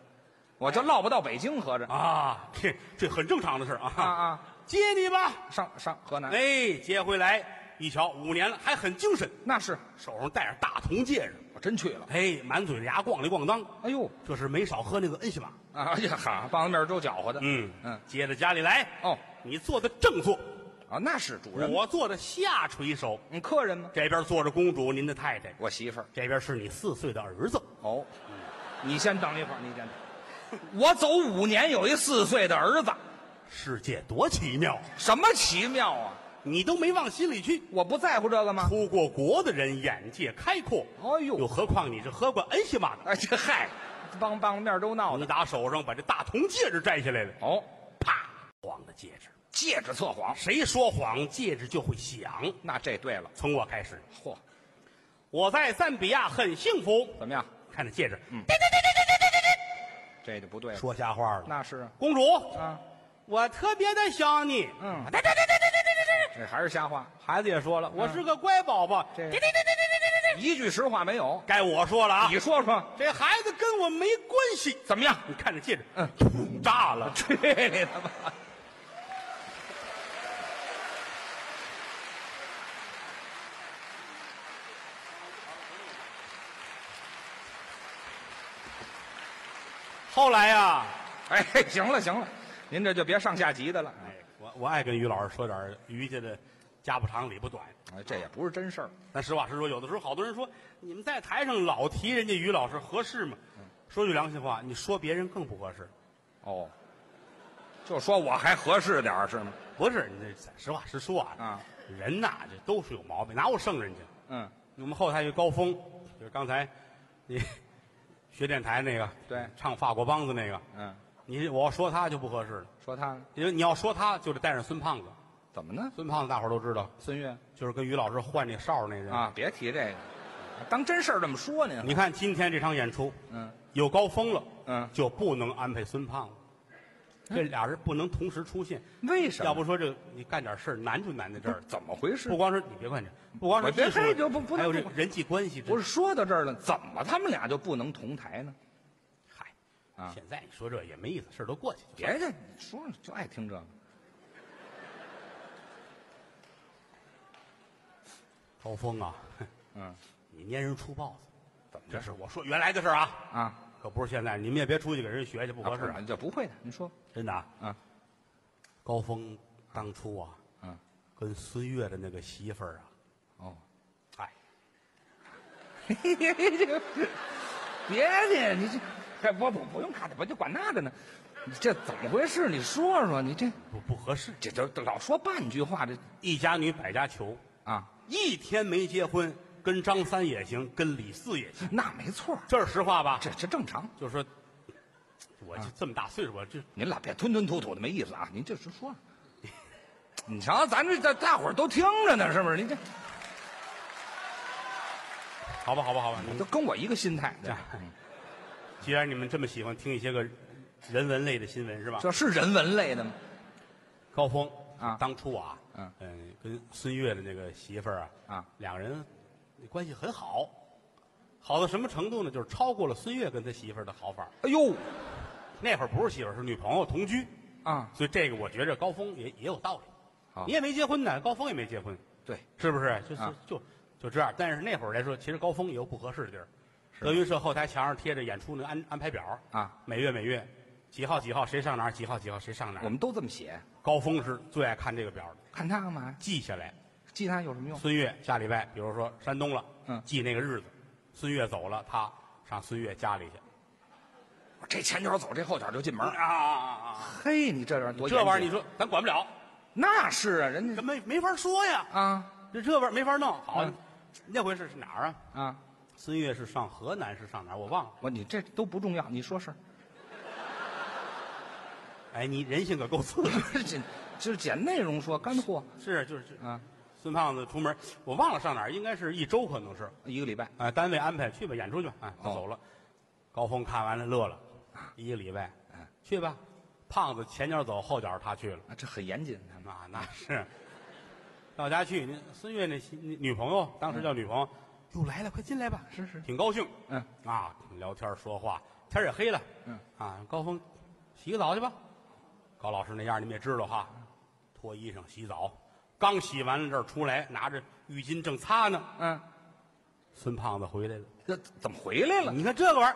我就落不到北京，合着啊，这这很正常的事儿啊。啊啊，接你吧，上上河南，哎，接回来一瞧，五年了还很精神，那是手上戴着大铜戒指，我真去了。哎，满嘴的牙咣里咣当，哎呦，这是没少喝那个恩西玛。啊哎呀哈，棒子面粥搅和的。嗯嗯，接着家里来，哦，你坐的正坐，啊，那是主人，我坐的下垂手，嗯，客人吗？这边坐着公主，您的太太，我媳妇儿。这边是你四岁的儿子。哦，你先等一会儿，你先等。 我走五年，有一四岁的儿子，世界多奇妙，什么奇妙啊！你都没往心里去。我不在乎这个 吗？出过国的人眼界开阔，哎又呦，何况你是喝过恩西玛的？哎这嗨，棒棒子面粥闹你的。打手上把这大铜戒指摘下来了，哦，啪，晃的戒指。戒指测谎，谁说谎，戒指就会响。那这对了。从我开始，嚯，我在赞比亚很幸福。怎么样？看这戒指，这就不对了。说瞎话了。那是公主，啊，我特别的想你。啊嗯对对嗯对对对对对对。这还是瞎话。孩子也说了，我是个乖宝宝。这对对对对对对对。一句实话没有。该我说了啊，你说说这孩子跟我没关系。怎么样？你看这戒指，嗯嗯，炸 了。去你他妈！后来啊呀、哎，行了行了，您这就别上下级的了。哎，我我爱跟于老师说点儿于家的家不长理不短。哎，这也不是真事儿。咱实话实说，有的时候好多人说你们在台上老提人家于老师合适吗？说句良心话，你说别人更不合适。哦，就说我还合适点儿是吗？不是，你这实话实说啊，啊，人呐，这都是有毛病，哪有圣人去？嗯，我们后台有高峰，就是刚才你 学电台那个，对唱法国梆子那个，嗯，你我要说他就不合适了，说他呢因为你要说他就得带上孙胖子，怎么呢？孙胖子大伙儿都知道，孙越就是跟于老师换那哨儿那人。啊，别提这个，当真事儿这么说您。你看今天这场演出嗯有高峰了，嗯，就不能安排孙胖子，啊这俩人不能同时出现。嗯为什么？要不说这个你干点事儿难就难在这儿了，怎么回事不？光是你别管这，不光是我别技术嘿问就不题不能还有这不人际关系之，不是说到这儿了，怎么他们俩就不能同台呢？嗨啊，现在你说这也没意思，事儿都过去就算了。别的说就爱听这个，高峰啊，哼嗯， 你蔫人出豹子，怎么这着是我说原来的事儿啊，啊？可不是现在，你们也别出去给人学去，不合适啊，啊，这不会的，你说 真的啊。啊，高峰当初啊，嗯，跟孙越的那个媳妇儿啊，哦，哎，嘿嘿嘿这个别的你这，还不不不用看的，我就管那个呢，你这怎么回事？你说说，你这不不合适。这这这老说半句话，这一家女百家求，啊，一天没结婚，跟张三也行，跟李四也行，那没错，这是实话吧？这这正常。就是说，我就这么大岁数，我这您老别吞吞吐吐的，没意思啊！您就是说，你瞧，咱这大大伙儿都听着呢，是不是？您这好吧，好吧，好吧。你都跟我一个心态，这样既然你们这么喜欢听一些个人文类的新闻，是吧？这是人文类的吗？高峰啊当初啊，嗯嗯，跟孙越的那个媳妇儿啊，啊，两个人关系很好，好到什么程度呢？就是超过了孙越跟他媳妇儿的好法儿。哎呦，那会儿不是媳妇儿，是女朋友同居，啊，所以这个我觉着高峰也也有道理啊。你也没结婚呢，高峰也没结婚，对，是不是？就是、啊就就这样。但是那会儿来说，其实高峰也有不合适的地儿。德云社后台墙上贴着演出那安安排表啊，每月每月几号几号谁上哪儿，几号几号谁上哪我儿。们都这么写，高峰是最爱看这个表的，看他干嘛呀？记下来。记他有什么用？孙越下礼拜，比如说山东了，嗯记那个日子，孙越走了，他上孙越家里去。这前脚走，这后脚就进门啊。啊啊啊！嘿，你这玩意儿多这玩意儿严你谨说咱管不了，那是啊，人家咱没没法说呀。啊这这玩意儿没法弄。好嗯，那回是是哪儿啊？啊，孙越是上河南是上哪儿？我忘了。我你这都不重要，你说事儿， 哎，你人性可够次的。这就是捡内容说干货是就是就是啊，孙胖子出门，我忘了上哪儿，应该是一周，可能是。一个礼拜哎，单位安排去吧，演出去吧。哎，他哦走了。高峰看完了乐了，一个礼拜哎，去吧。胖子前脚走，后脚他去了。啊，这很严谨，他们那那是，到家去，那孙越那新那女朋友，当时叫女朋友，又来了，快进来吧，是是挺高兴，嗯啊，聊天说话，天儿也黑了，嗯啊，高峰，洗个澡去吧，高老师那样你们也知道哈，嗯脱衣裳洗澡，刚洗完了这儿出来，拿着浴巾正擦呢，嗯，孙胖子回来了，这怎么回来了？你看这个玩意儿，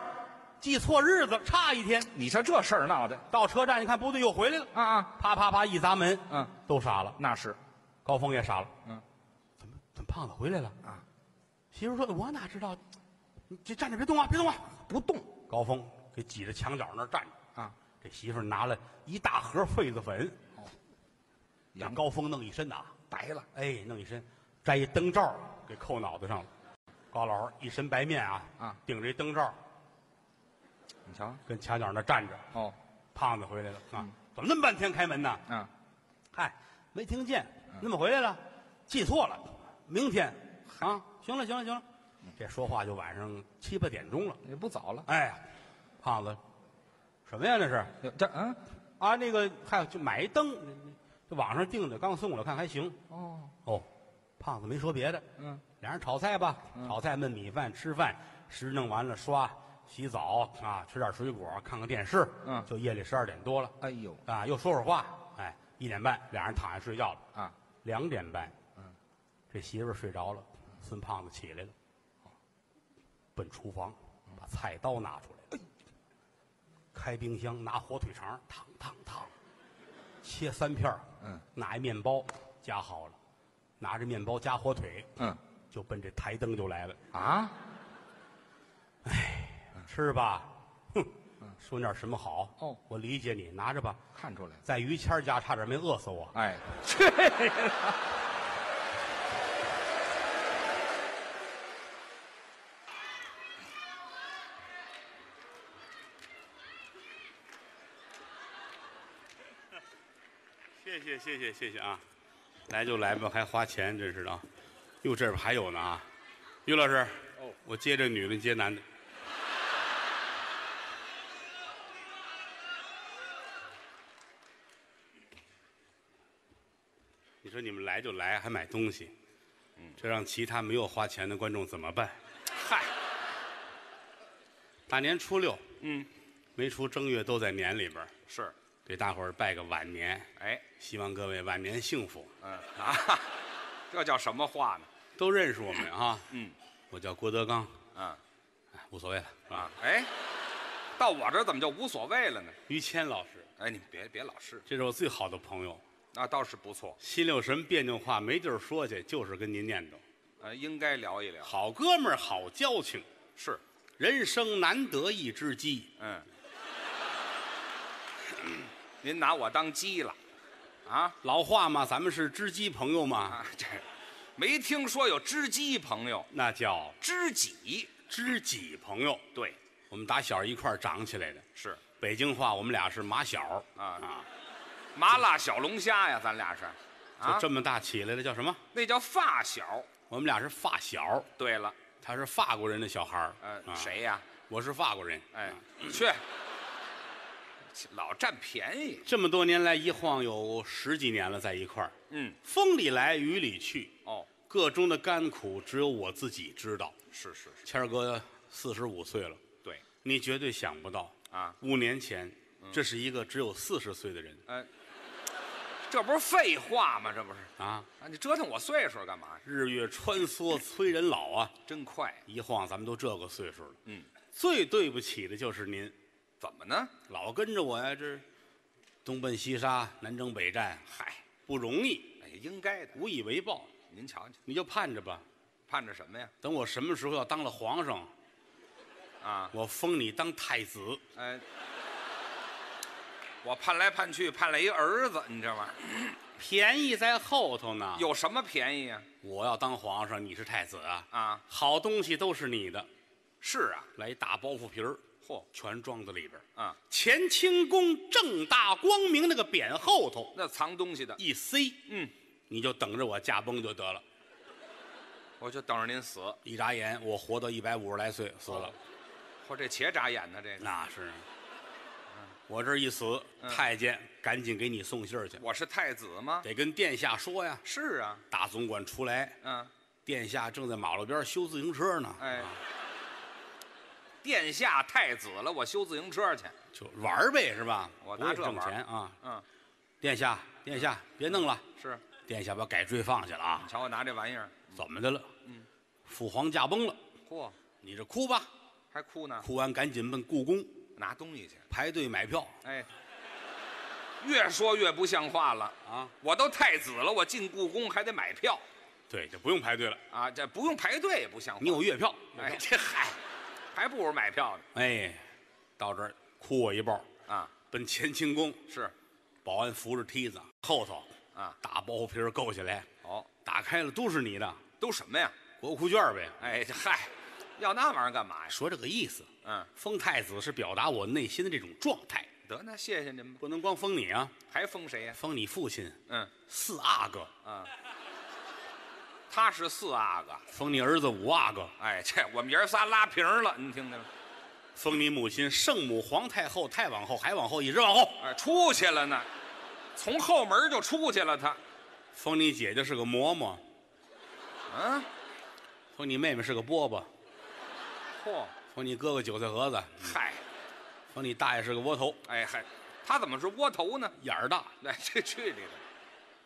记错日子，差一天，你瞧这事儿闹的到车站一看不对，又回来了，啊啊，啪啪啪一砸门，嗯，都傻了。那是高峰也傻了，嗯，怎么怎么胖子回来了啊？媳妇说：“我哪知道？你这站着别动啊，别动啊不动！”高峰给挤着墙角那儿站着，啊，这媳妇拿了一大盒痱子粉，让羊高峰弄一身呐，白了，哎，弄一身，摘一灯罩儿给扣脑袋上了。高老师一身白面啊，啊顶着一灯罩儿你瞧跟墙角那儿站着。哦，胖子回来了啊，怎么那么半天开门呢？嗯，嗨，没听见，那么回来了，记错了，明天啊，行了行了行了，这说话就晚上七八点钟了。也不早了，哎呀，胖子，什么呀那是？哟这嗯啊，那个还有就买一灯，这网上订的，刚送我看还行。哦哦，胖子没说别的，嗯，俩人炒菜吧，炒菜焖米饭，吃饭，食弄完了刷洗澡啊，吃点水果，看看电视，嗯就夜里十二点多了哎呦啊，又说会儿话，哎，一点半俩人躺下睡觉了。啊，两点半，这媳妇儿睡着了，孙胖子起来了，奔厨房把菜刀拿出来了，开冰箱拿火腿肠，烫烫烫，切三片儿嗯，拿一面包夹好了，拿着面包夹火腿，嗯就奔这台灯就来了，哎啊，嗯吃吧，哼，说点什么好？哦我理解你，拿着吧，看出来了，在于谦儿家差点没饿死我。哎，谢谢谢谢谢谢啊！来就来吧，还花钱，真是的啊！哟，这边还有呢啊！于老师，哦，我接这女的，你接男的。你说你们来就来，还买东西，这让其他没有花钱的观众怎么办？嗨，大年初六，嗯，没出正月都在年里边儿，是，给大伙儿拜个晚年，哎，希望各位晚年幸福。嗯啊，这叫什么话呢？都认识我们啊，嗯，我叫郭德纲，啊哎无所谓了啊，哎，到我这儿怎么就无所谓了呢？于谦老师，哎，你别别老是，这是我最好的朋友，那倒是不错，心里有什么别扭话没地儿说去，就是跟您念叨。呃，应该聊一聊。好哥们儿，好交情，是，人生难得一知己。嗯，您拿我当鸡了，啊老话嘛，咱们是知己朋友嘛，啊，这没听说有知己朋友，那叫知己知己朋友。对我们打小一块儿长起来的，是北京话我们俩是马小啊，麻辣小龙虾呀，咱俩是，就啊，这么大起来的，叫什么？那叫发小。我们俩是发小，对了，他是法国人的小孩儿，呃，啊？谁呀？我是法国人，啊哎，去，老占便宜。这么多年来一晃有十几年了，在一块儿，嗯，风里来雨里去，哦，各中的甘苦只有我自己知道。是是是，谦儿哥四十五岁了，对你绝对想不到，啊，五年前，嗯这是一个只有四十岁的人呃，这不是废话吗？这不是啊！啊？你折腾我岁数干嘛？日月穿梭催人老啊，真快，一晃咱们都这个岁数了。嗯，最对不起的就是您，怎么呢？老跟着我呀，这东奔西杀，南征北战，嗨，不容易，哎，应该的。无以为报，您瞧瞧，你就盼着吧。盼着什么呀？等我什么时候要当了皇上， 啊，我封你当太子。哎，我盼来盼去，盼来一儿子，你知道吗？便宜在后头呢。有什么便宜啊呀、我要当皇上，你是太子啊！啊？好东西都是你的，是啊，来一大包袱皮儿，嚯，全装在里边儿。啊，乾清宫正大光明那个匾后头那藏东西的，一塞，嗯，你就等着我驾崩就得了。我就等着您死。一眨眼，我活到一百五十来岁，死哦了。嚯，这且眨眼呢，这个那是，啊我这一死，嗯太监赶紧给你送信儿去，我是太子吗？得跟殿下说呀。是啊，大总管出来，嗯、殿下正在马路边修自行车呢，啊哎，殿下太子了，我修自行车去。就玩儿呗，是吧？我不拿会这挣玩儿钱啊。嗯，殿下，殿下，别弄了，是，殿下把改锥放下了啊你！瞧我拿这玩意儿，怎么的了？嗯父皇驾崩了，嚯，你这哭吧，还哭呢，哭完赶紧奔故宫拿东西去。排队买票哎，越说越不像话了。啊！我都太子了，我进故宫还得买票对，就不用排队了，啊，这不用排队也不像话。你有月票。哎，这嗨，还不如买票呢哎，到这儿哭我一抱，啊！奔乾清宫，是保安扶着梯子，后头啊，大包袱皮儿够起来，哦，打开了都是你的都什么呀？国库券呗。哎，这嗨，要那玩意儿干嘛呀？说这个意思，嗯，封太子是表达我内心的这种状态，得，那谢谢您吧。不能光封你啊，还封谁呀？封你父亲、嗯，四阿哥，他是四阿哥。封你儿子五阿哥，哎，这我们爷儿仨拉平了，你听见了？封你母亲圣母、皇太后、太往后，还往后，一直往后，哎，出去了呢，从后门就出去了。他，封你姐姐是个嬷嬷，嗯，封你妹妹是个饽饽，嚯，封你哥哥韭菜盒子，嗨，封你大爷是个窝头，哎嗨，他怎么是窝头呢？眼儿大，来，这去你的，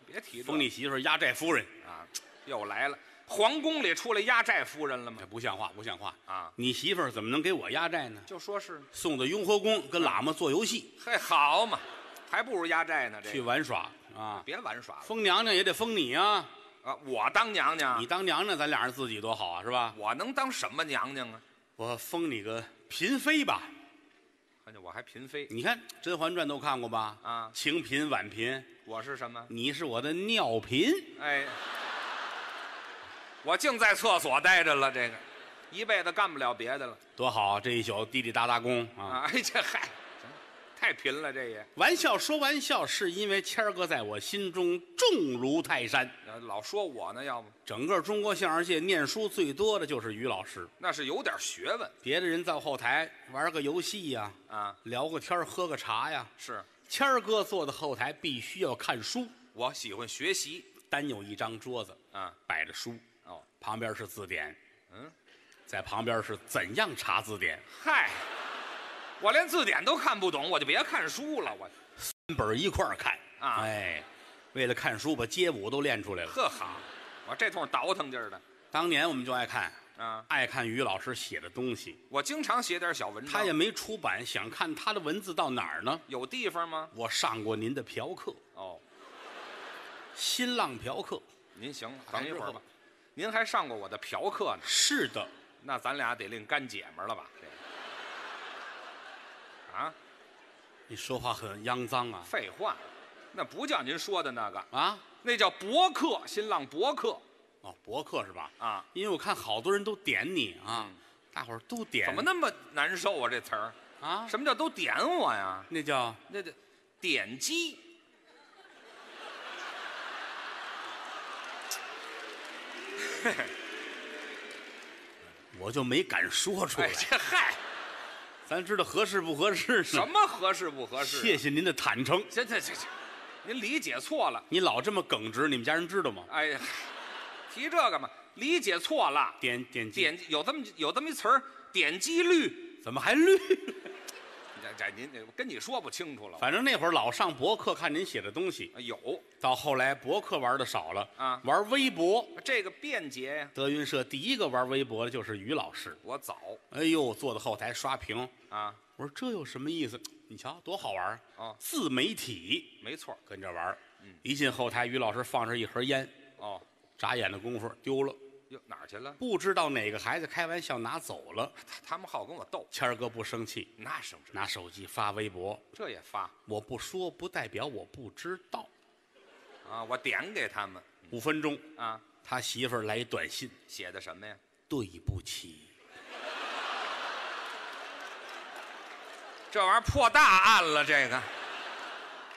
别提这封你媳妇儿压寨夫人，啊！又来了，皇宫里出来压寨夫人了吗这？不像话，不像话啊你媳妇儿怎么能给我压寨呢？就说是，送到雍和宫跟喇嘛做游戏嘿，好嘛，还不如压寨呢。这去个玩耍啊，别玩耍了封娘娘也得封你啊，啊！我当娘娘你，当娘娘，咱俩人自己多好啊，是吧？我能当什么娘娘啊？我封你个嫔妃吧，看见哎我还嫔妃，你看《甄嬛传》都看过吧？啊清嫔、婉嫔，我是什么？你是我的尿嫔。哎，我净在厕所待着了，这个一辈子干不了别的了多好啊！这一宿滴滴答答功啊！啊！哎，这嗨，太贫了，这也玩笑说玩笑，是因为谦儿哥在我心中重如泰山。呃老说我呢，要不整个中国相声界念书最多的就是于老师，那是有点学问别的人到后台玩个游戏呀、啊。聊个天儿喝个茶呀，是谦儿哥坐在后台必须要看书，我喜欢学习，单有一张桌子，啊，摆着书，哦，旁边是字典，嗯，在旁边是怎样查字典，嗨，我连字典都看不懂，我就别看书了。我三本一块儿看啊哎，为了看书把街舞都练出来了。呵好，我这通倒腾劲儿的当年我们就爱看，啊，爱看于老师写的东西，我经常写点小文章。他也没出版，想看他的文字到哪儿呢？有地方吗？我上过您的嫖客，哦，新浪嫖客。您行，打等一之会儿后吧。您还上过我的嫖课呢，是的，那咱俩得另干姐们儿了吧？这个啊，你说话很肮脏啊废话，那不叫您说的那个，啊！那叫博客，新浪博客哦，博客是吧？啊，因为我看好多人都点你啊，大伙儿都点，嗯怎么那么难受啊？这词儿，啊？什么叫都点我呀？那叫那得点击。我就没敢说出来哎，。这嗨，咱知道合适不合适呢？什么合适不合嗯适、啊谢，谢您的坦诚，这这这这，您理解错了。你老这么耿直，你们家人知道吗？哎呀，提这干嘛？理解错了。点点击点有这么有这么一词儿，点击率。怎么还绿？ 这这您这跟你说不清楚了。反正那会儿老上博客看您写的东西，有到后来博客玩的少了啊玩微博。这个便捷呀，德云社第一个玩微博的就是于老师，我早哎呦，坐在后台刷屏，啊，我说这有什么意思？你瞧多好玩啊！哦自媒体没错儿跟着玩，嗯，一进后台，于老师放着一盒烟，哦。眨眼的功夫丢了，哟，哪儿去了？不知道哪个孩子开玩笑拿走了。他他们好跟我斗，谦儿哥不生气，那是不是？拿手机发微博，这也发我不说不代表我不知道。啊，我点给他们五分钟，啊，他媳妇儿来一短信：写的什么呀？对不起。这玩意儿破大案了，这个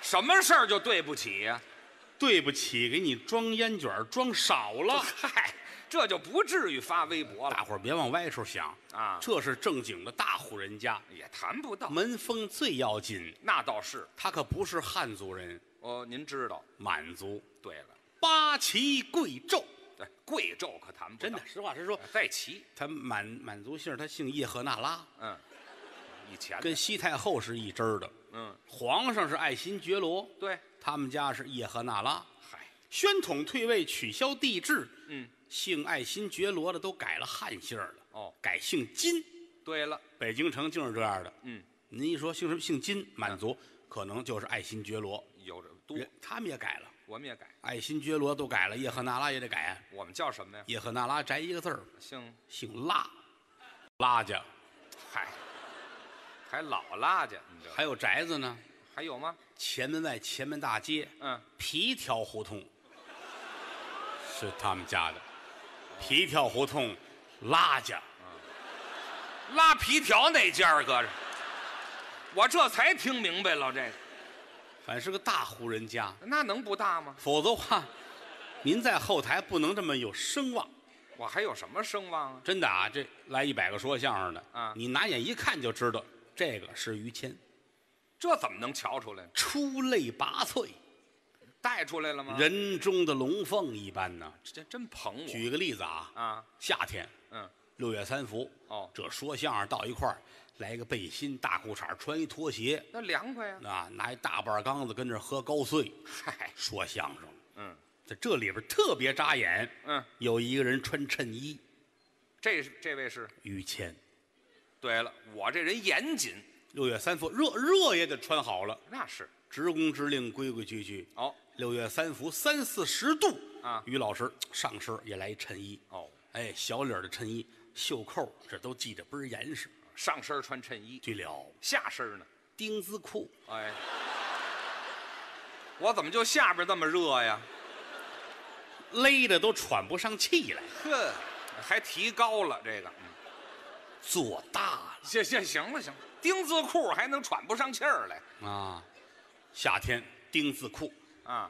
什么事儿就对不起呀、 对不起，给你装烟卷儿装少了。嗨，这就不至于发微博了大伙儿别往歪处想啊这是正经的大户人家，也谈不到。门风最要紧。那倒是，他可不是汉族人，哦，您知道。满族对了，八旗贵胄，对贵胄可谈不到真的，实话实说，在齐，他满满族姓儿，他姓叶赫那拉，嗯，以前跟西太后是一支儿的。嗯，皇上是爱新觉罗，对，他们家是叶赫那拉。嗨，宣统退位，取消帝制，嗯，姓爱新觉罗的都改了汉姓儿了，哦，改姓金。对了，北京城竟是这样的。嗯，您一说姓什么姓金，满族、可能就是爱新觉罗，有这都，人他们也改了，我们也改，爱新觉罗都改了，叶赫那拉也得改啊。我们叫什么呀？叶赫那拉摘一个字儿，姓，姓拉，拉家。嗨，还老拉家，你知道？还有宅子呢，还有吗？前门外、前门大街、嗯，皮条胡同，是他们家的。皮条胡同，拉家。拉皮条那家儿搁着，我这才听明白了，这个反正是个大户人家，那能不大吗？否则的话，您在后台不能这么有声望。我还有什么声望啊？真的啊，这来一百个说相声的啊你拿眼一看就知道，这个是于谦，这怎么能瞧出来呢？出类拔萃，带出来了吗？人中的龙凤一般呢。这真捧我举个例子啊，啊！夏天嗯，六月三伏，哦这说相声到一块儿，来个背心、大裤衩，穿一拖鞋，那凉快呀。啊，拿一大半缸子跟这儿喝高碎，嗨，说相声。嗯在这里边特别扎眼，嗯，有一个人穿衬衣，这是这位是。于谦。对了，我这人严谨，六月三伏，热热也得穿好了，那是职工之令，规规矩矩。哦六月三伏，三四十度啊于老师上身也来一衬衣，哦，哎，小领儿的衬衣，袖扣这都系得倍儿严实。上身穿衬衣，对了，下身呢？丁字裤，哎，我怎么就下边这么热呀？勒的都喘不上气来，呵，还提高了这个，嗯做大行行行了行了，丁字裤还能喘不上气儿来了啊！夏天丁字裤，啊？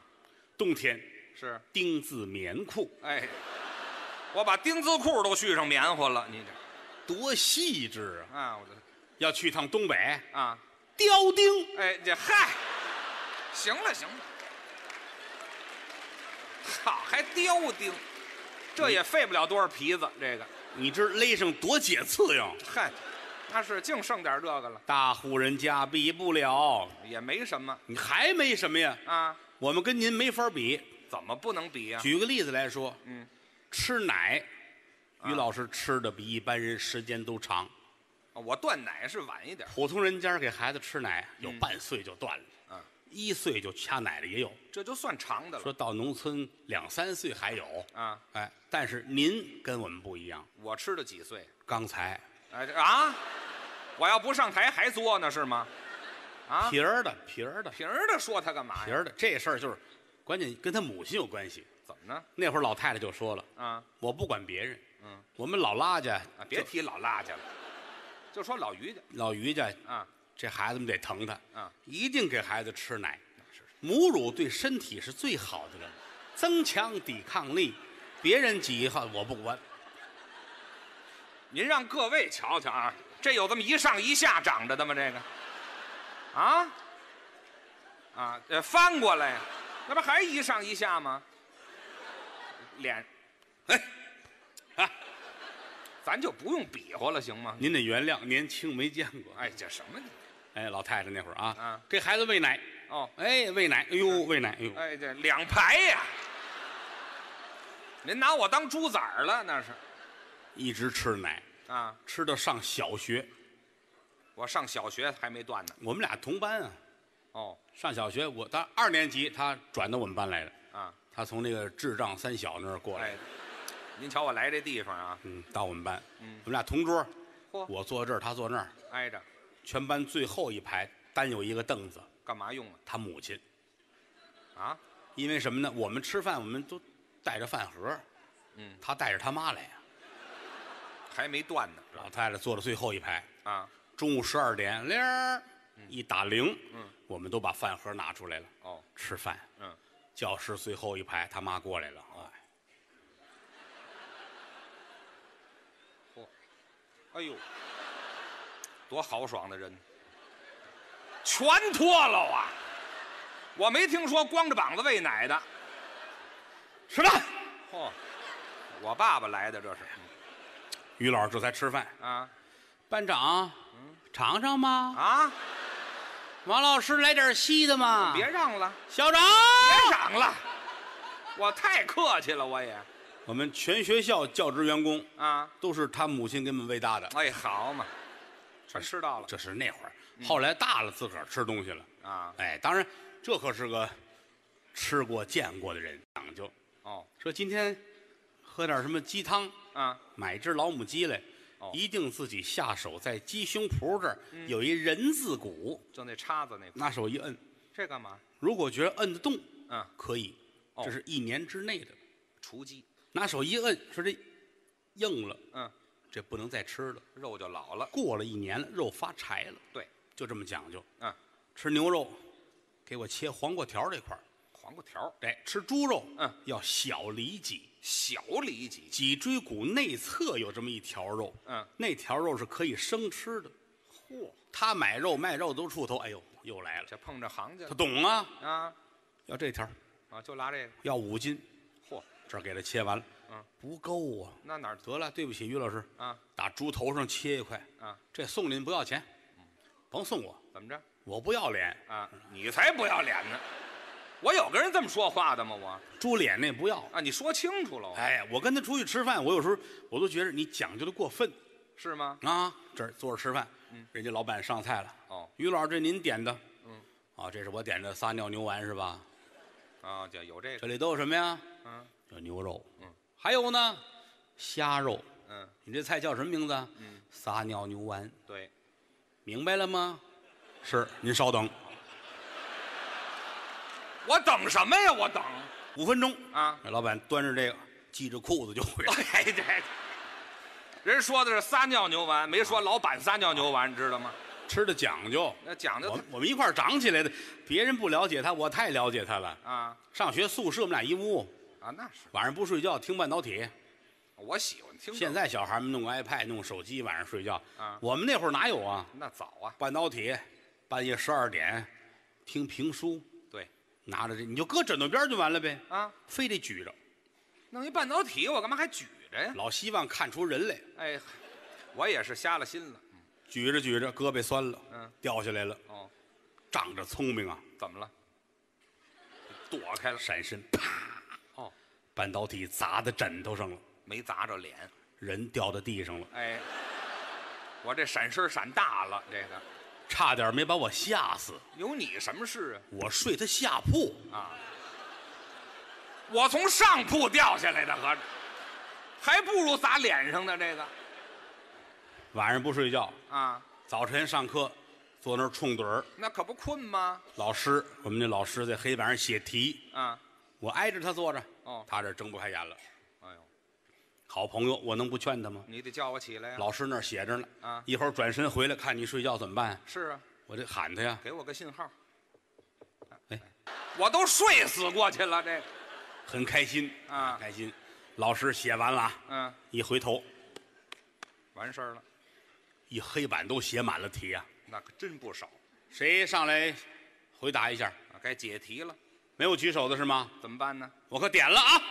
冬天是，丁字棉裤，哎，我把丁字裤都续上棉花了，你这多细致啊！啊，我这要去趟东北，啊，雕钉。哎，这嗨，行了行了，操，还雕钉，这也费不了多少皮子。这个，你知勒上多解刺痒，嗨，那是净剩点这个了，大户人家比不了。也没什么你还没什么呀？啊。我们跟您没法比。怎么不能比呀、举个例子来说，嗯，啊吃奶，于老师吃的比一般人时间都长。我断奶是晚一点，普通人家给孩子吃奶，有半岁就断了，嗯，一岁就掐奶的也有，这就算长的了说到农村两三岁还有。啊。哎，但是您跟我们不一样。我吃的几岁？刚才哎这啊，我要不上台还作呢是吗？啊，哎皮儿的皮儿的平儿的说他干嘛皮呀？儿的这事儿就是，关键跟他母亲有关系。怎么呢？那会儿老太太就说了啊，：“我不管别人，嗯我们老拉家啊，别提老拉家了，就说老于家老于家啊，这孩子们得疼他，啊一定给孩子吃奶。是母乳对身体是最好的了，增强抵抗力。别人挤一下我不管，您让各位瞧瞧啊，这有这么一上一下长着的吗？这个，啊，啊，呃，翻过来呀，那不还一上一下吗？脸，哎，啊，咱就不用比划了，行吗？您得原谅，年轻没见过。哎，这什么？哎，老太太那会儿啊，啊给孩子喂奶，哦，哎，喂奶，哎呦，喂奶，哎呦，哎，这两排呀，您拿我当猪崽儿了那是一直吃奶，啊！吃到上小学。我上小学还没断呢。我们俩同班啊，哦，上小学我他二年级，他转到我们班来了，啊，他从那个智障三小那儿过来哎，，您瞧我来这地方啊，嗯，到我们班，嗯我们俩同桌，嚯，我坐这儿，他坐那儿，挨着，全班最后一排单有一个凳子，干嘛用他母亲。啊？啊，因为什么呢？我们吃饭，我们都带着饭盒，嗯，他带着他妈来呀。还没断呢老太太坐到最后一排，啊。中午十二点铃儿一打铃，嗯，我们都把饭盒拿出来了哦，吃饭。嗯，教室最后一排，他妈过来了，哎，哎呦，多豪爽的人，全脱了啊！我没听说光着膀子喂奶的。吃饭。嚯、我爸爸来的这是于老师这才吃饭，啊班长，尝尝吗？嗯啊！王老师来点稀的吗？别让了，校长，别嚷了，我太客气了，我也我们全学校教职员工啊。都是他母亲给我们喂大的。哎，好嘛，全吃到了这是那会儿，嗯后来大了自个儿吃东西了。啊。哎，当然，这可是个吃过见过的人，讲究。哦说今天喝点什么鸡汤，啊，买只老母鸡来，哦嗯一定自己下手在鸡胸脯这儿、有一人字骨，就那叉子那块，拿手一摁，这干嘛？如果觉得摁得动，嗯，可以，哦这是一年之内的。雏鸡，拿手一摁，说这硬了，嗯，这不能再吃了。肉就老了。过了一年了，肉发柴了，对，就这么讲究。嗯，吃牛肉，给我切黄瓜条这块儿。黄瓜条儿，哎，吃猪肉，嗯，要小里脊，小里脊，脊椎骨内侧有这么一条肉，嗯，那条肉是可以生吃的。嚯，他买肉卖肉都出头，哎呦，又来了，这碰着行家他了懂啊，啊要这条，啊，就拉这个，要五斤，嚯，这儿给他切完了，嗯，不够啊，那哪儿得了，对不起，于老师，啊打猪头上切一块，啊？这送您不要钱，甭送我，怎么着我不要脸，啊？你才不要脸呢！我有跟人这么说话的吗？我猪脸那不要。啊，你说清楚了，哎，我跟他出去吃饭，我有时候我都觉得你讲究的过分是吗？啊。这儿坐着吃饭，人家老板上菜了，哦于老师，这您点的，嗯，啊，这是我点的撒尿牛丸是吧？啊，就有这这个，里都有什么呀？嗯有牛肉，嗯，还有呢，虾肉。嗯，你这菜叫什么名字？啊嗯，撒尿牛丸，对，明白了吗？是，您稍等我等什么呀？我等五分钟。啊！这老板端着这个，系着裤子就回来了。 哎，这人说的是撒尿牛丸，没说老板撒尿牛丸，你知道吗？吃的讲究，那讲我究们我们一块儿长起来的，别人不了解他，我太了解他了。啊上学宿舍我们俩一屋，啊，那是晚上不睡觉听半导体。我喜欢听这个。现在小孩们弄 iPad 弄手机，晚上睡觉。啊我们那会儿哪有啊？那早啊，半导体，半夜十二点听评书，对，拿着这你就搁枕头边儿就完了呗，啊，非得举着，弄一半导体，我干嘛还举着呀？老希望看出人来，哎，我也是瞎了心了。举着举着胳膊酸了，嗯，掉下来了，哦，仗着聪明啊，怎么了？躲开了，闪身，啪，哦，半导体砸在枕头上了，没砸着脸。人掉到地上了，哎，我这闪身闪大了，这个差点没把我吓死，有你什么事我睡他下铺，啊？啊，我从上铺掉下来的，合着还不如砸脸上的这个晚上不睡觉，啊，早晨上课，坐那儿冲盹儿，那可不困吗？老师，我们那老师在黑板上写题，啊，我挨着他坐着，哦他这睁不开眼了。哎呦，好朋友，我能不劝他吗？你得叫我起来呀、老师那儿写着呢，啊一会儿转身回来看你睡觉怎么办？是啊，我得喊他呀。给我个信号。哎，我都睡死过去了，这个，很开心啊很开心。老师写完了啊，嗯，一回头，完事儿了，一黑板都写满了题呀、那可真不少。谁上来回答一下？啊该解题了，没有举手的是吗？怎么办呢？我可点了啊！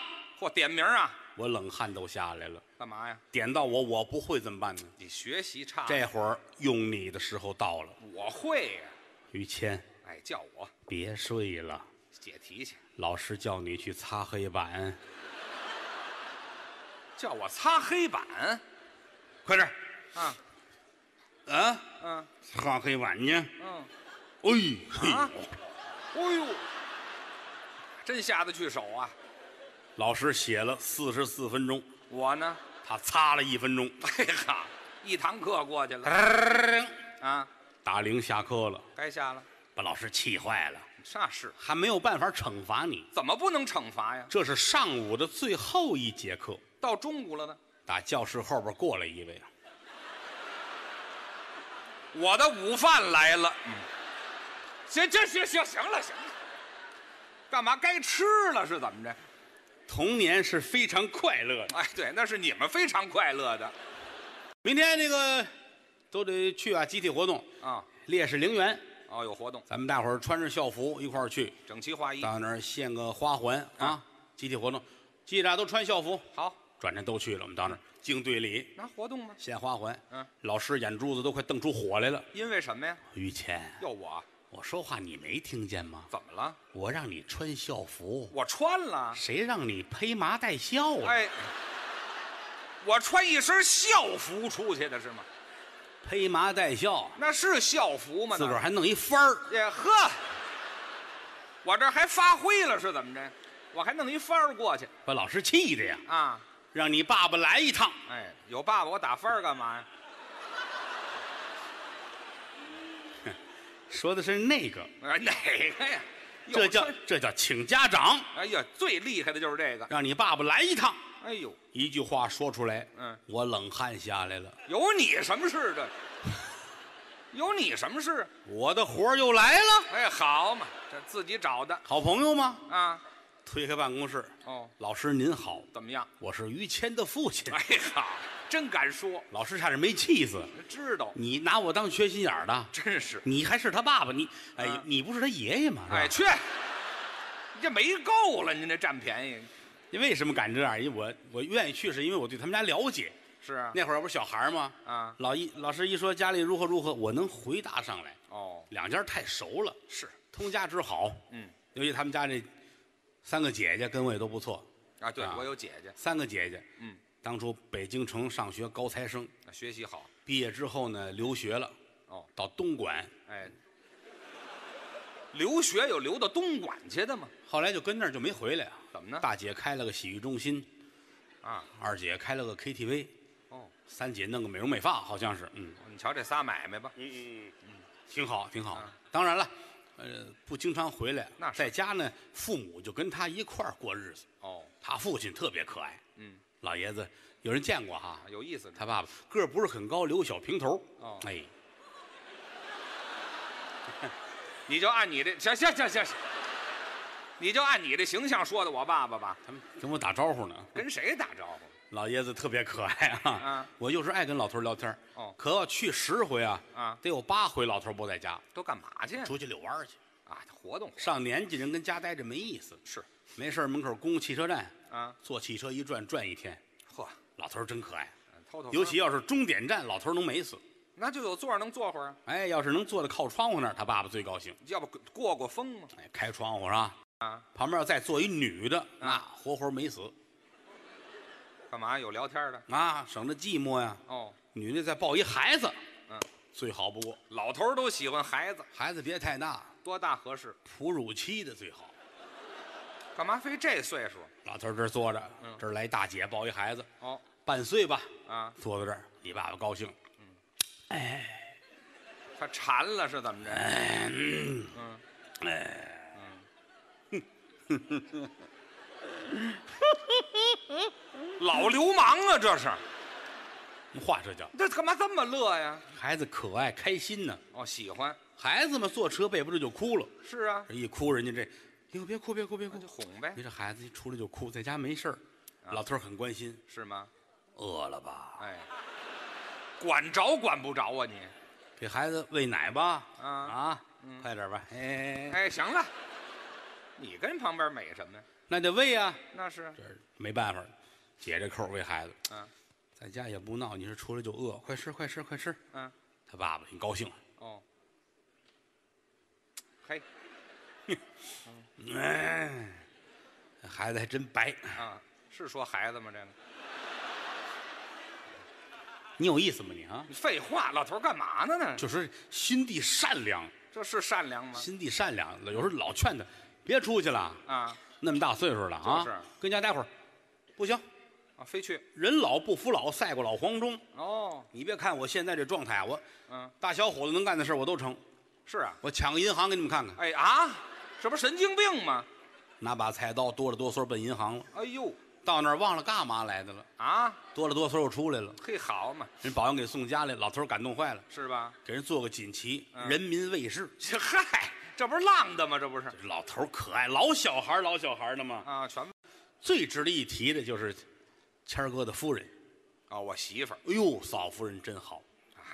或点名啊，我冷汗都下来了。干嘛呀？点到我，我不会怎么办呢？你学习差，这会儿用你的时候到了，我会呀、于谦，哎，叫我别睡了，解题去，老师叫你去擦黑板，叫我擦黑板快点儿啊，啊！嗯擦黑板去！嗯，哎，嘿啊哎呦，真下得去手啊！老师写了四十四分钟，我呢，他擦了一分钟，哎呀，一堂课过去了哎啊，打铃下课了，该下了，把老师气坏了，那是还没有办法惩罚你。怎么不能惩罚呀？这是上午的最后一节课，到中午了呢，打教室后边过来一位，啊我的午饭来了。嗯，行行行行行了行了，干嘛该吃了是怎么着？童年是非常快乐的。哎，对，那是你们非常快乐的明天那个都得去啊，集体活动，啊。烈士陵园，哦，有活动，咱们大伙儿穿着校服一块儿去，整齐划一，到那儿献个花环啊，集体活动，记着啊都穿校服。好，转天都去了，我们到那儿敬队礼。拿活动吗？献花环，嗯，老师眼珠子都快瞪出火来了。因为什么呀？于谦，要我我说话你没听见吗？怎么了？我让你穿校服，我穿了，谁让你披麻戴孝啊了？哎，我穿一身校服出去的是吗？披麻戴孝，那是校服吗？自个儿还弄一幡儿，也哎呵，我这还发挥了是怎么着？我还弄一幡儿过去把老师气的呀！啊！让你爸爸来一趟，哎，有爸爸我打幡儿干嘛呀？说的是那个，哎，哪个呀？又这叫穿这叫请家长，哎呀，最厉害的就是这个。让你爸爸来一趟。哎呦，一句话说出来，嗯，我冷汗下来了，有你什么事的？有你什么事？我的活儿又来了。哎，好嘛，这自己找的好朋友吗？啊。推开办公室，哦，老师您好，怎么样？我是于谦的父亲。哎呀，真敢说，老师差点没气死。知道，你拿我当缺心眼儿的？真是。你还是他爸爸？你哎，啊你不是他爷爷吗？是吧哎，，去，你这没够了，您这占便宜你为什么敢这样？因为我我愿意去，是因为我对他们家了解。是啊。那会儿不是小孩儿吗？啊，老一老师一说家里如何如何，我能回答上来。哦，两家太熟了，是，通家之好。嗯，尤其他们家这三个姐姐跟我也都不错，啊，对啊我有姐姐，三个姐姐。嗯，当初北京城上学高材生，学习好。毕业之后呢，留学了，哦，到东莞，哎，留学有留到东莞去的吗？后来就跟那儿就没回来啊。怎么呢？大姐开了个洗浴中心，啊，二姐开了个 KTV，哦，三姐弄个美容美发，好像是，嗯你瞧这仨买卖吧，嗯嗯，挺好，挺好啊。当然了，呃，不经常回来，那是在家呢，父母就跟他一块儿过日子。哦，他父亲特别可爱，嗯，老爷子有人见过哈啊，有意思。他爸爸个儿不是很高，留个小平头哦，哎，你就按你这，行行行行行，你就按你这形象说的我爸爸吧，他们跟我打招呼呢。跟谁打招呼老爷子特别可爱啊啊，我就是爱跟老头儿聊天儿哦可我去十回啊，啊得有八回老头儿不在家，都干嘛去呀？出去遛弯儿去。啊，活动上年纪人跟家待着没意思，是没事儿门口公共汽车站啊，坐汽车一转转一天，嚯，老头儿真可爱。偷偷尤其要是终点站，老头儿能美死。那就有座儿能坐会儿啊，哎，要是能坐在靠窗户那儿，他爸爸最高兴。要不过过风嘛。哎，开窗户是吧？啊，旁边要再坐一女的，那活活美死干嘛有聊天的？啊，省得寂寞呀。哦，女的再抱一孩子，嗯，最好不过。老头儿都喜欢孩子，孩子别太大，多大合适？哺乳期的最好。干嘛非这岁数？老头儿这儿坐着嗯，这儿来大姐抱一孩子，哦，半岁吧，啊，坐在这儿，你爸爸高兴。他馋了是怎么着？嗯哎老流氓啊，这是，话这叫这干嘛这么乐呀？孩子可爱开心呢。哦，喜欢，孩子们坐车背不住就哭了，是啊，这一哭人家这，哟别哭别哭别哭那就，哄呗你，这孩子一出来就哭，在家没事儿，老头儿很关心，是吗？饿了吧？哎，管着管不着啊你？给孩子喂奶吧，啊啊，快点吧，哎，哎，行了，你跟旁边美什么呀？那得喂啊，那是，这没办法，解这扣儿喂孩子，嗯在家也不闹，你是出来就饿，快吃快吃快吃，嗯，他爸爸挺高兴，哦，嘿哎，孩子还真白，啊，是说孩子吗？这个你有意思吗你啊？你废话，老头儿干嘛呢呢？就是心地善良，这是善良吗？心地善良，有时候老劝他别出去了，啊那么大岁数了啊，就是跟家待会儿，不行，啊，非去人老不服老，赛过老黄忠。哦，你别看我现在这状态啊，我嗯，大小伙子能干的事儿我都成。是啊，我抢个银行给你们看看，哎啊，这不神经病吗？拿把菜刀哆里哆嗦奔银行了，哎呦到那儿忘了干嘛来的了，啊，哆里哆嗦又出来了，嘿好嘛，人保安给送家里，老头儿感动坏了，是吧？ 给人做个锦旗，嗯人民卫士。这嗨，这不是浪的吗？这不是老头儿可爱，老小孩儿老小孩儿的嘛。啊，全最值得一提的就是谦儿哥的夫人，啊，我媳妇儿哎呦，嫂夫人真好，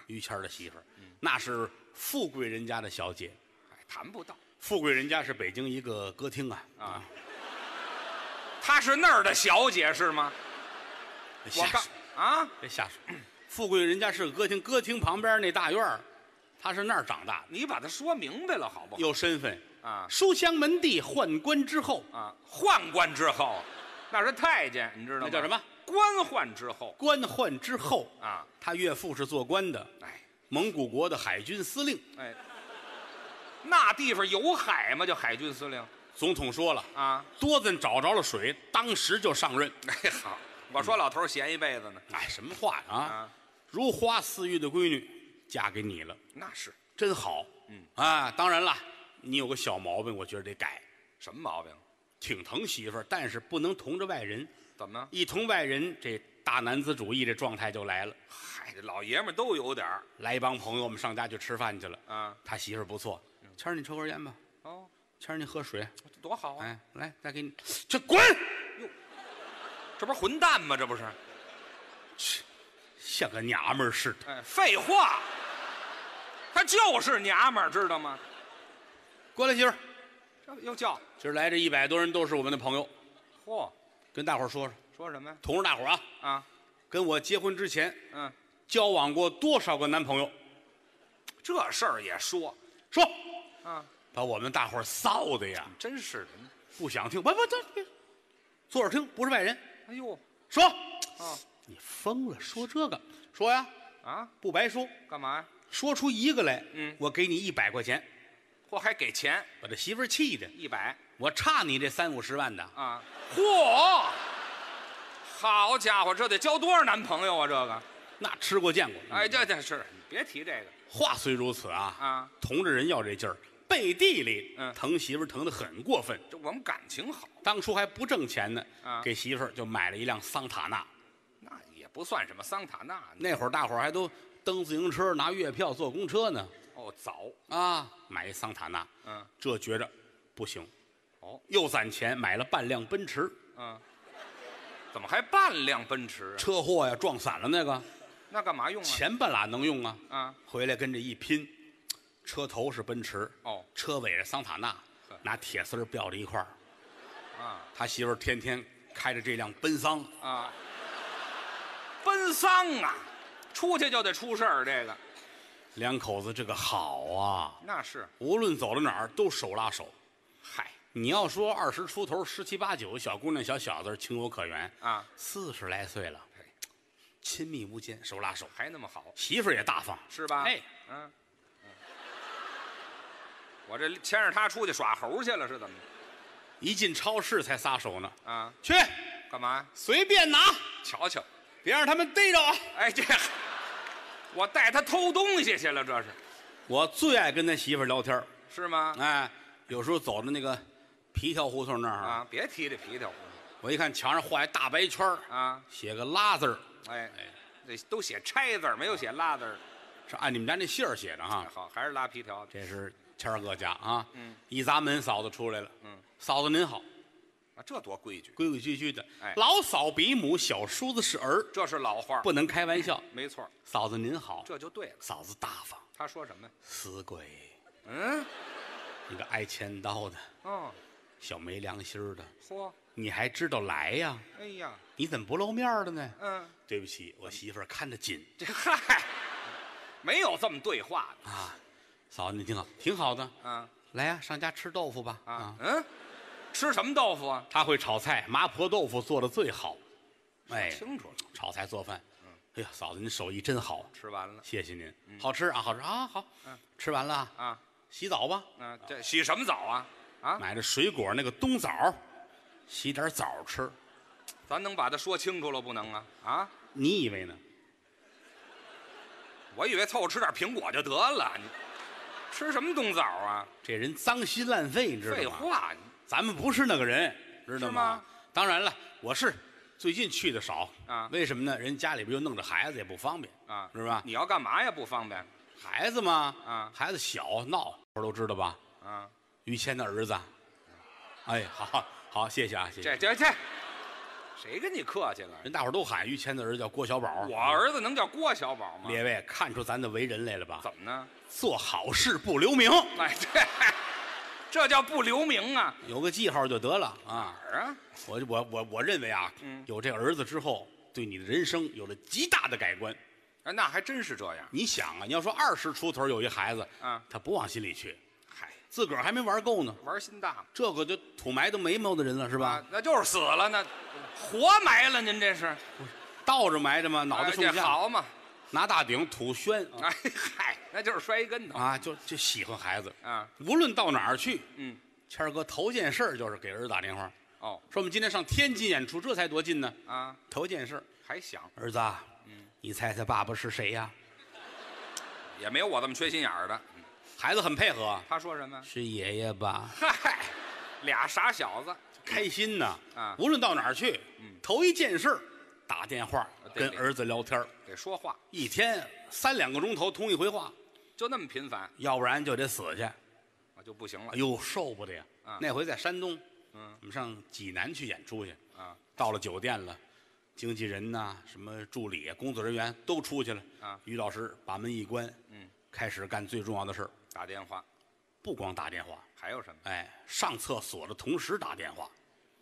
于谦儿的媳妇儿，那是富贵人家的小姐。哎，谈不到，富贵人家是北京一个歌厅啊啊她是那儿的小姐是吗？别我瞎刚说，啊，别瞎说。富贵人家是个歌厅，歌厅旁边那大院儿，他是那儿长大的，你把它说明白了好不好？有身份。啊书香门第，宦官之后，啊，宦官之后，那是太监，你知道吗？那叫什么？官宦之后官宦之后，啊，他岳父是做官的，哎蒙古国的海军司令。哎，那地方有海吗？叫海军司令总统说了，啊。多咱找着了水，当时就上任。 哎好，我说老头儿闲一辈子呢哎，什么话呀嗯啊！啊，如花似玉的闺女嫁给你了，那是真好。嗯啊，当然了，你有个小毛病，我觉得得改，什么毛病？挺疼媳妇儿，但是不能同着外人。怎么？一同外人，这大男子主义这状态就来了。嗨，这老爷们儿都有点儿来一帮朋友，我们上家去吃饭去了。啊。他媳妇儿不错，谦儿你抽根烟吧，哦，谦儿你喝水，这多好啊！哎，来再给你，这滚！这不是混蛋吗？这不是？像个娘们儿似的，哎，废话，他就是娘们儿，知道吗？过来媳妇儿，这又叫今儿来这一百多人都是我们的朋友，嚯、跟大伙儿说说，说什么呀？同着大伙儿啊，啊，跟我结婚之前嗯，交往过多少个男朋友？这事儿也说说，啊，把我们大伙儿臊的呀，真是的。不想听，不不这，坐着听，不是外人。哎呦，说，啊你疯了，说这个，说呀，啊，不白说，干嘛呀？说出一个来，嗯我给你一百块钱，嚯，还给钱把这媳妇儿气的，一百我差你这三五十万的，啊？嚯，好家伙，这得交多少男朋友啊？这个，那吃过见过。哎，，这这是你别提这个话虽如此啊，啊，同着人要这劲儿，背地里，嗯疼媳妇儿疼得很过分。这我们感情好，当初还不挣钱呢，啊给媳妇儿就买了一辆桑塔纳。那也不算什么桑塔纳那会儿大伙儿还都蹬自行车、拿月票坐公车呢，哦，早，啊，买一桑塔纳，嗯，这觉着不行，哦，又攒钱买了半辆奔驰。嗯，怎么还半辆奔驰啊？车祸呀，撞散了那个那干嘛用啊？前半拉能用啊，啊，回来跟这一拼，车头是奔驰，哦车尾是桑塔纳呵，拿铁丝儿吊着一块儿。啊他媳妇儿天天开着这辆奔丧，啊， 奔丧啊，出去就得出事儿，这个两口子这个好啊，那是，无论走到哪儿都手拉手。嗨你要说二十出头、十七八九小姑娘、小小子儿情有可原，啊，四十来岁了哎，亲密无间，手拉手，还那么好，媳妇儿也大方。是吧？哎，嗯、嗯我这牵着他出去耍猴去了，是怎么的？一进超市才撒手呢，啊，去干嘛？随便拿，瞧瞧，别让他们逮着啊！哎，这我带他偷东西去了，这是我最爱跟他媳妇儿聊天儿是吗？哎，有时候走到那个皮条胡同那儿，啊，别提这皮条我一看墙上画一大白圈儿啊，写个拉字儿，哎，这都写拆字儿没有写拉字儿。哎是按你们家那信儿写的哈。好，还是拉皮条。这是谦儿哥家啊，嗯，一砸门嫂子出来了，嗯，嫂子您好，啊，这多规矩，规规矩矩的，哎老嫂比母，小叔子是儿，这是老话儿，不能开玩笑。没错儿，嫂子您好，哎这就对了。嫂子大方，他说什么呀？死鬼，嗯，一个挨千刀的哦，小没良心儿的，嚯，你还知道来呀？哎呀，你怎么不露面儿了呢？嗯，对不起，我媳妇儿看得紧这 嗨，没有这么对话的啊。嫂子您挺好，挺好的，啊来呀、上家吃豆腐吧。啊，嗯，吃什么豆腐啊？他会炒菜，麻婆豆腐做的最好。哎，清楚了，炒菜做饭。嗯哎呀，嫂子您手艺真好，吃完了谢谢您。好吃啊，好吃啊，好。嗯吃完了啊，啊，洗澡吧。啊，这洗什么澡啊？啊，买的水果那个冬枣，洗点枣吃。咱能把它说清楚了不能啊？啊，你以为呢？我以为凑合吃点苹果就得了，你吃什么冬枣啊？这人脏心烂肺，你知道吗？废，话，你咱们不是那个人，知道是吗当然了，我是最近去的少啊为什么呢？人家里边又弄着孩子，也不方便啊，是吧？你要干嘛呀？不方便孩子嘛，啊孩子小闹，大伙都知道吧？啊？于谦的儿子，哎，好好，谢谢啊，谢谢。这这这，谁跟你客气了？人大伙都喊于谦的儿子叫郭小宝，我儿子能叫郭小宝吗？列位看出咱的为人来了吧？怎么呢？做好事不留名，哎，这这叫不留名啊！有个记号就得了啊哪。儿啊？我我我我认为啊，嗯有这儿子之后，对你的人生有了极大的改观。哎，那还真是这样。你想啊，你要说二十出头有一孩子，啊他不往心里去，嗨，自个儿还没玩够呢，玩心大嘛这个就土埋到眉毛的人了，是吧啊？，那就是死了，那活埋了，您这是倒着埋着嘛，脑袋哎冲这下，好嘛？拿大顶土宣啊哎嗨，那就是摔一跟头啊，就就喜欢孩子，啊！无论到哪儿去，嗯，谦儿哥头件事儿就是给儿子打电话，哦说我们今天上天津演出，这才多近呢。啊，头件事儿，还想儿子啊，嗯你猜猜爸爸是谁呀？也没有我这么缺心眼儿的。孩子很配合，啊他说什么？是爷爷吧？嗨，俩傻小子，开心呐！啊嗯无论到哪儿去，头一件事儿打电话啊对跟儿子聊天儿得说话，一天三两个钟头通一回话，就那么频繁，要不然就得死去。哎我就不行了呦，受不得呀啊！那回在山东，嗯我们上济南去演出去，啊！到了酒店了，经纪人呐、什么助理啊、工作人员都出去了。啊于老师把门一关，嗯，开始干最重要的事儿，打电话不光打电话，还有什么？哎，上厕所的同时打电话，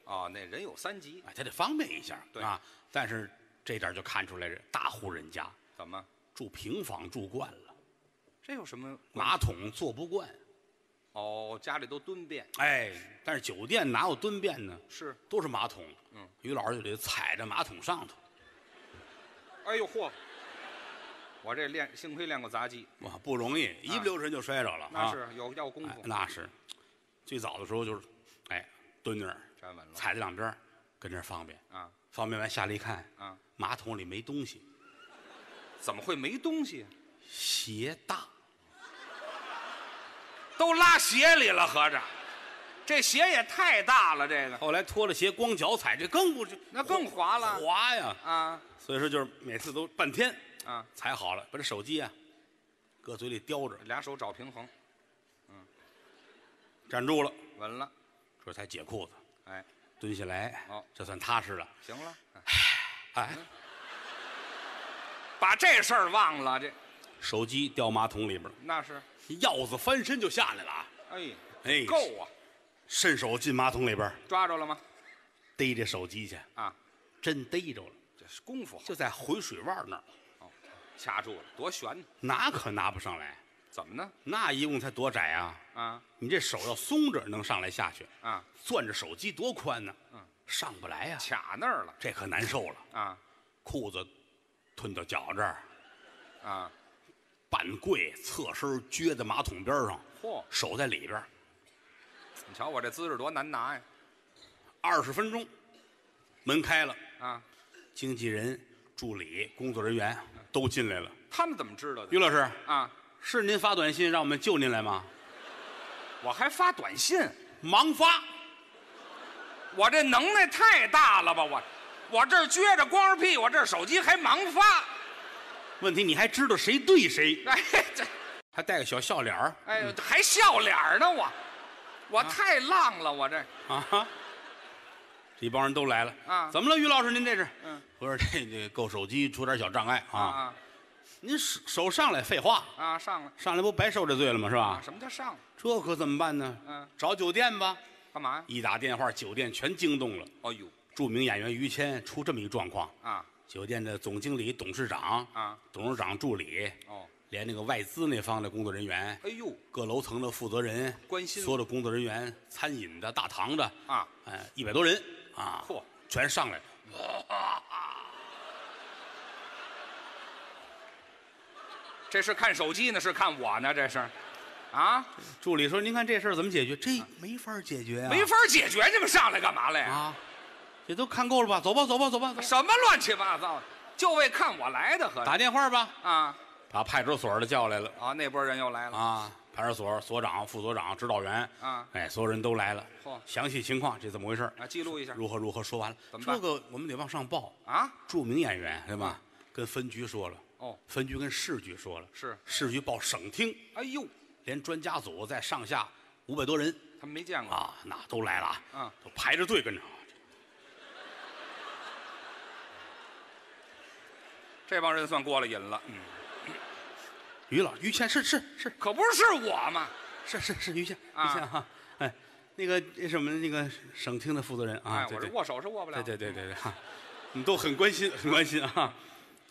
哦，那人有三急，哎，他得方便一下对啊。但是这点就看出来，大户人家怎么？住平房住惯了，这有什么关系？马桶坐不惯。哦，家里都蹲便哎，但是酒店哪有蹲便呢？是。都是马桶。嗯，于老师就得踩着马桶上头。哎呦嚯！我这练，幸亏练过杂技，哇，不容易，一不留神就摔着了啊！那是有要功哎夫，那是。最早的时候就是，哎，蹲那儿，站稳了踩在两边儿，跟这儿方便。啊方便完下来一看，啊！马桶里没东西，怎么会没东西？鞋大。 都拉鞋里了，合着这鞋也太大了，这个后来脱了鞋，光脚踩，这更不 那更滑了滑呀！啊所以说就是每次都半天啊！踩好了，把这手机啊搁嘴里叼着，俩手找平衡，站住了，稳了，这才解裤子，哎，蹲下来，哦这算踏实了。行了，哎哎，把这事儿忘了，这手机掉马桶里边儿，那是，鹞子翻身就下来了啊！哎，哎，够啊！伸手进马桶里边儿抓着了吗？逮着手机去，啊，真逮着了，这是功夫好，就在回水腕那儿，哦掐住了，多悬呢！拿可拿不上来，怎么呢？那一共才多窄啊！啊你这手要松着能上来下去，啊，攥着手机多宽呢，嗯上不来呀、卡那儿了这可难受了。啊裤子吞到脚这儿，啊！半跪侧身撅在马桶边上，嚯，手在里边儿，你瞧我这姿势多难拿呀！二十分钟，门开了，啊，经纪人、助理、工作人员都进来了。他们怎么知道于的？老师，啊，是您发短信让我们救您来吗？我还发短信，忙发，我这能耐太大了吧？我，我这儿撅着光着屁股，我这手机还盲发，问题你还知道谁对谁，哎这，还带个小笑脸儿哎呦，还笑脸儿呢我，我太浪了，我这啊哈。这帮人都来了啊怎么了，于老师？您这是？嗯，我说这这够手机出点小障碍啊。啊您手手上来，废话，啊上了上来不白受这罪了吗？是吧啊？什么叫上了？这可怎么办呢？嗯，找酒店吧。干嘛呀？一打电话，酒店全惊动了。哦呦著名演员于谦出这么一状况，啊酒店的总经理、董事长啊董事长助理，哦，连那个外资那方的工作人员，哎呦各楼层的负责人，关心所有的工作人员，餐饮的、大堂的，啊，哎，一百多人啊，嚯全上来了。这是看手机呢，是看我呢？这是，啊，助理说：“您看这事儿怎么解决？这没法解决啊，没法解决，你们上来干嘛来呀？啊，这都看够了吧？走吧，走吧，走吧，走吧什么乱七八糟的，就为看我来的，合着打电话吧。”啊把派出所的叫来了啊，那波人又来了，啊，派出所所长、副所长、指导员啊哎，所有人都来了。嚯详细情况这怎么回事？啊，记录一下如何如何？说完了，怎么办这个我们得往上报。啊，著名演员对吧？跟分局说了，哦，分局跟市局说了，是市局报省厅，哎呦，连专家组在上下五百多人他们没见过，啊，那都来了啊，啊都排着队跟着。这帮人算过了瘾了，嗯于老于谦是是是可不是我嘛，是是是于谦啊于谦哈，哎，那个那什么那个省厅的负责人啊，哎，对我这对握手是握不了，对对对对对，哈你都很关心， 很关心啊，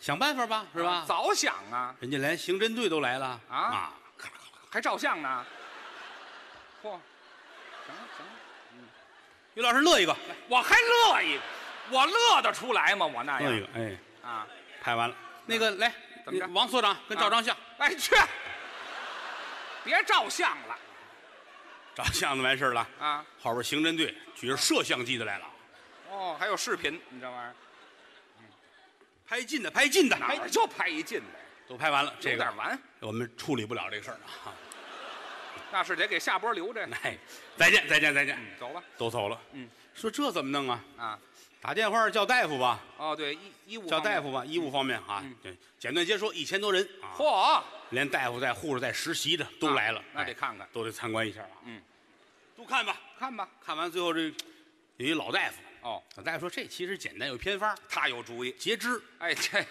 想办法吧，是吧？嗯早想啊，人家连刑侦队都来了啊啊！还照相 呢，嚯，行了行了，于老师乐一个，我还乐一个，我乐得出来吗？我那乐一样个，哎，啊，拍完了，那个来，怎么着你王所长跟照张相，哎去，别照相了照相就完事儿了。啊，后边刑侦队举着摄像机的来了，哦，还有视频，你这玩意儿。拍近的，拍近的，啊哪哎儿就拍一进来，都拍完了。有这点个完，我们处理不了这个事儿啊。 那是得给下波留着。哎，再见，再见，再见，嗯，走吧。都走了。嗯，说这怎么弄啊？啊，打电话叫大夫吧，哦，对，医医务叫方嗯面大。夫吧，医务方面啊，对，简短截说，一千多人啊。嚯，连大夫带护士带实习的都来了啊，那得哎看看都得参观一下啊。嗯，都看吧。看吧。看完最后这有一老大夫，哎哦，老大夫说这其实简单有偏方，他有主意。截肢，哎，这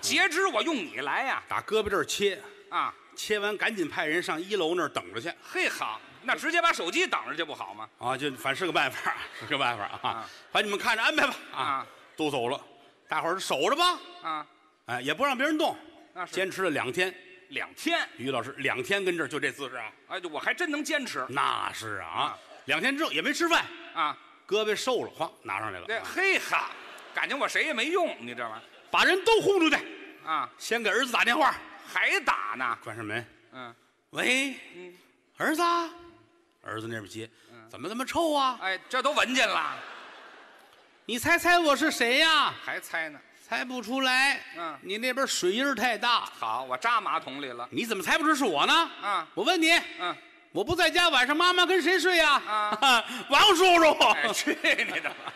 截肢我用你来呀？打胳膊这儿切，啊，切完赶紧派人上一楼那儿等着去嘿好，那直接把手机挡着就不好吗？啊，就反正是个办法，是个办法啊啊，反正你们看着安排吧啊啊。都走了，大伙儿守着吧，啊，哎，也不让别人动，那是坚持了两天。两天。于老师两天跟这儿就这姿势啊，哎，我还真能坚持那是啊，两天之后也没吃饭，啊。胳膊瘦了，哗拿上来了，对，啊嘿哈，感情我谁也没用，你这玩意把人都轰出去。儿啊，先给儿子打电话，还打呢。关上门，嗯，喂，儿子啊，儿子那边接，嗯怎么这么臭啊？哎，这都闻见了，你猜猜我是谁呀？还猜呢。猜不出来，嗯你那边水印儿太大，好，我扎马桶里了。你怎么猜不出是我呢？嗯我问你，嗯。我不在家，晚上妈妈跟谁睡呀？啊哎王叔叔，哎，去你的吧！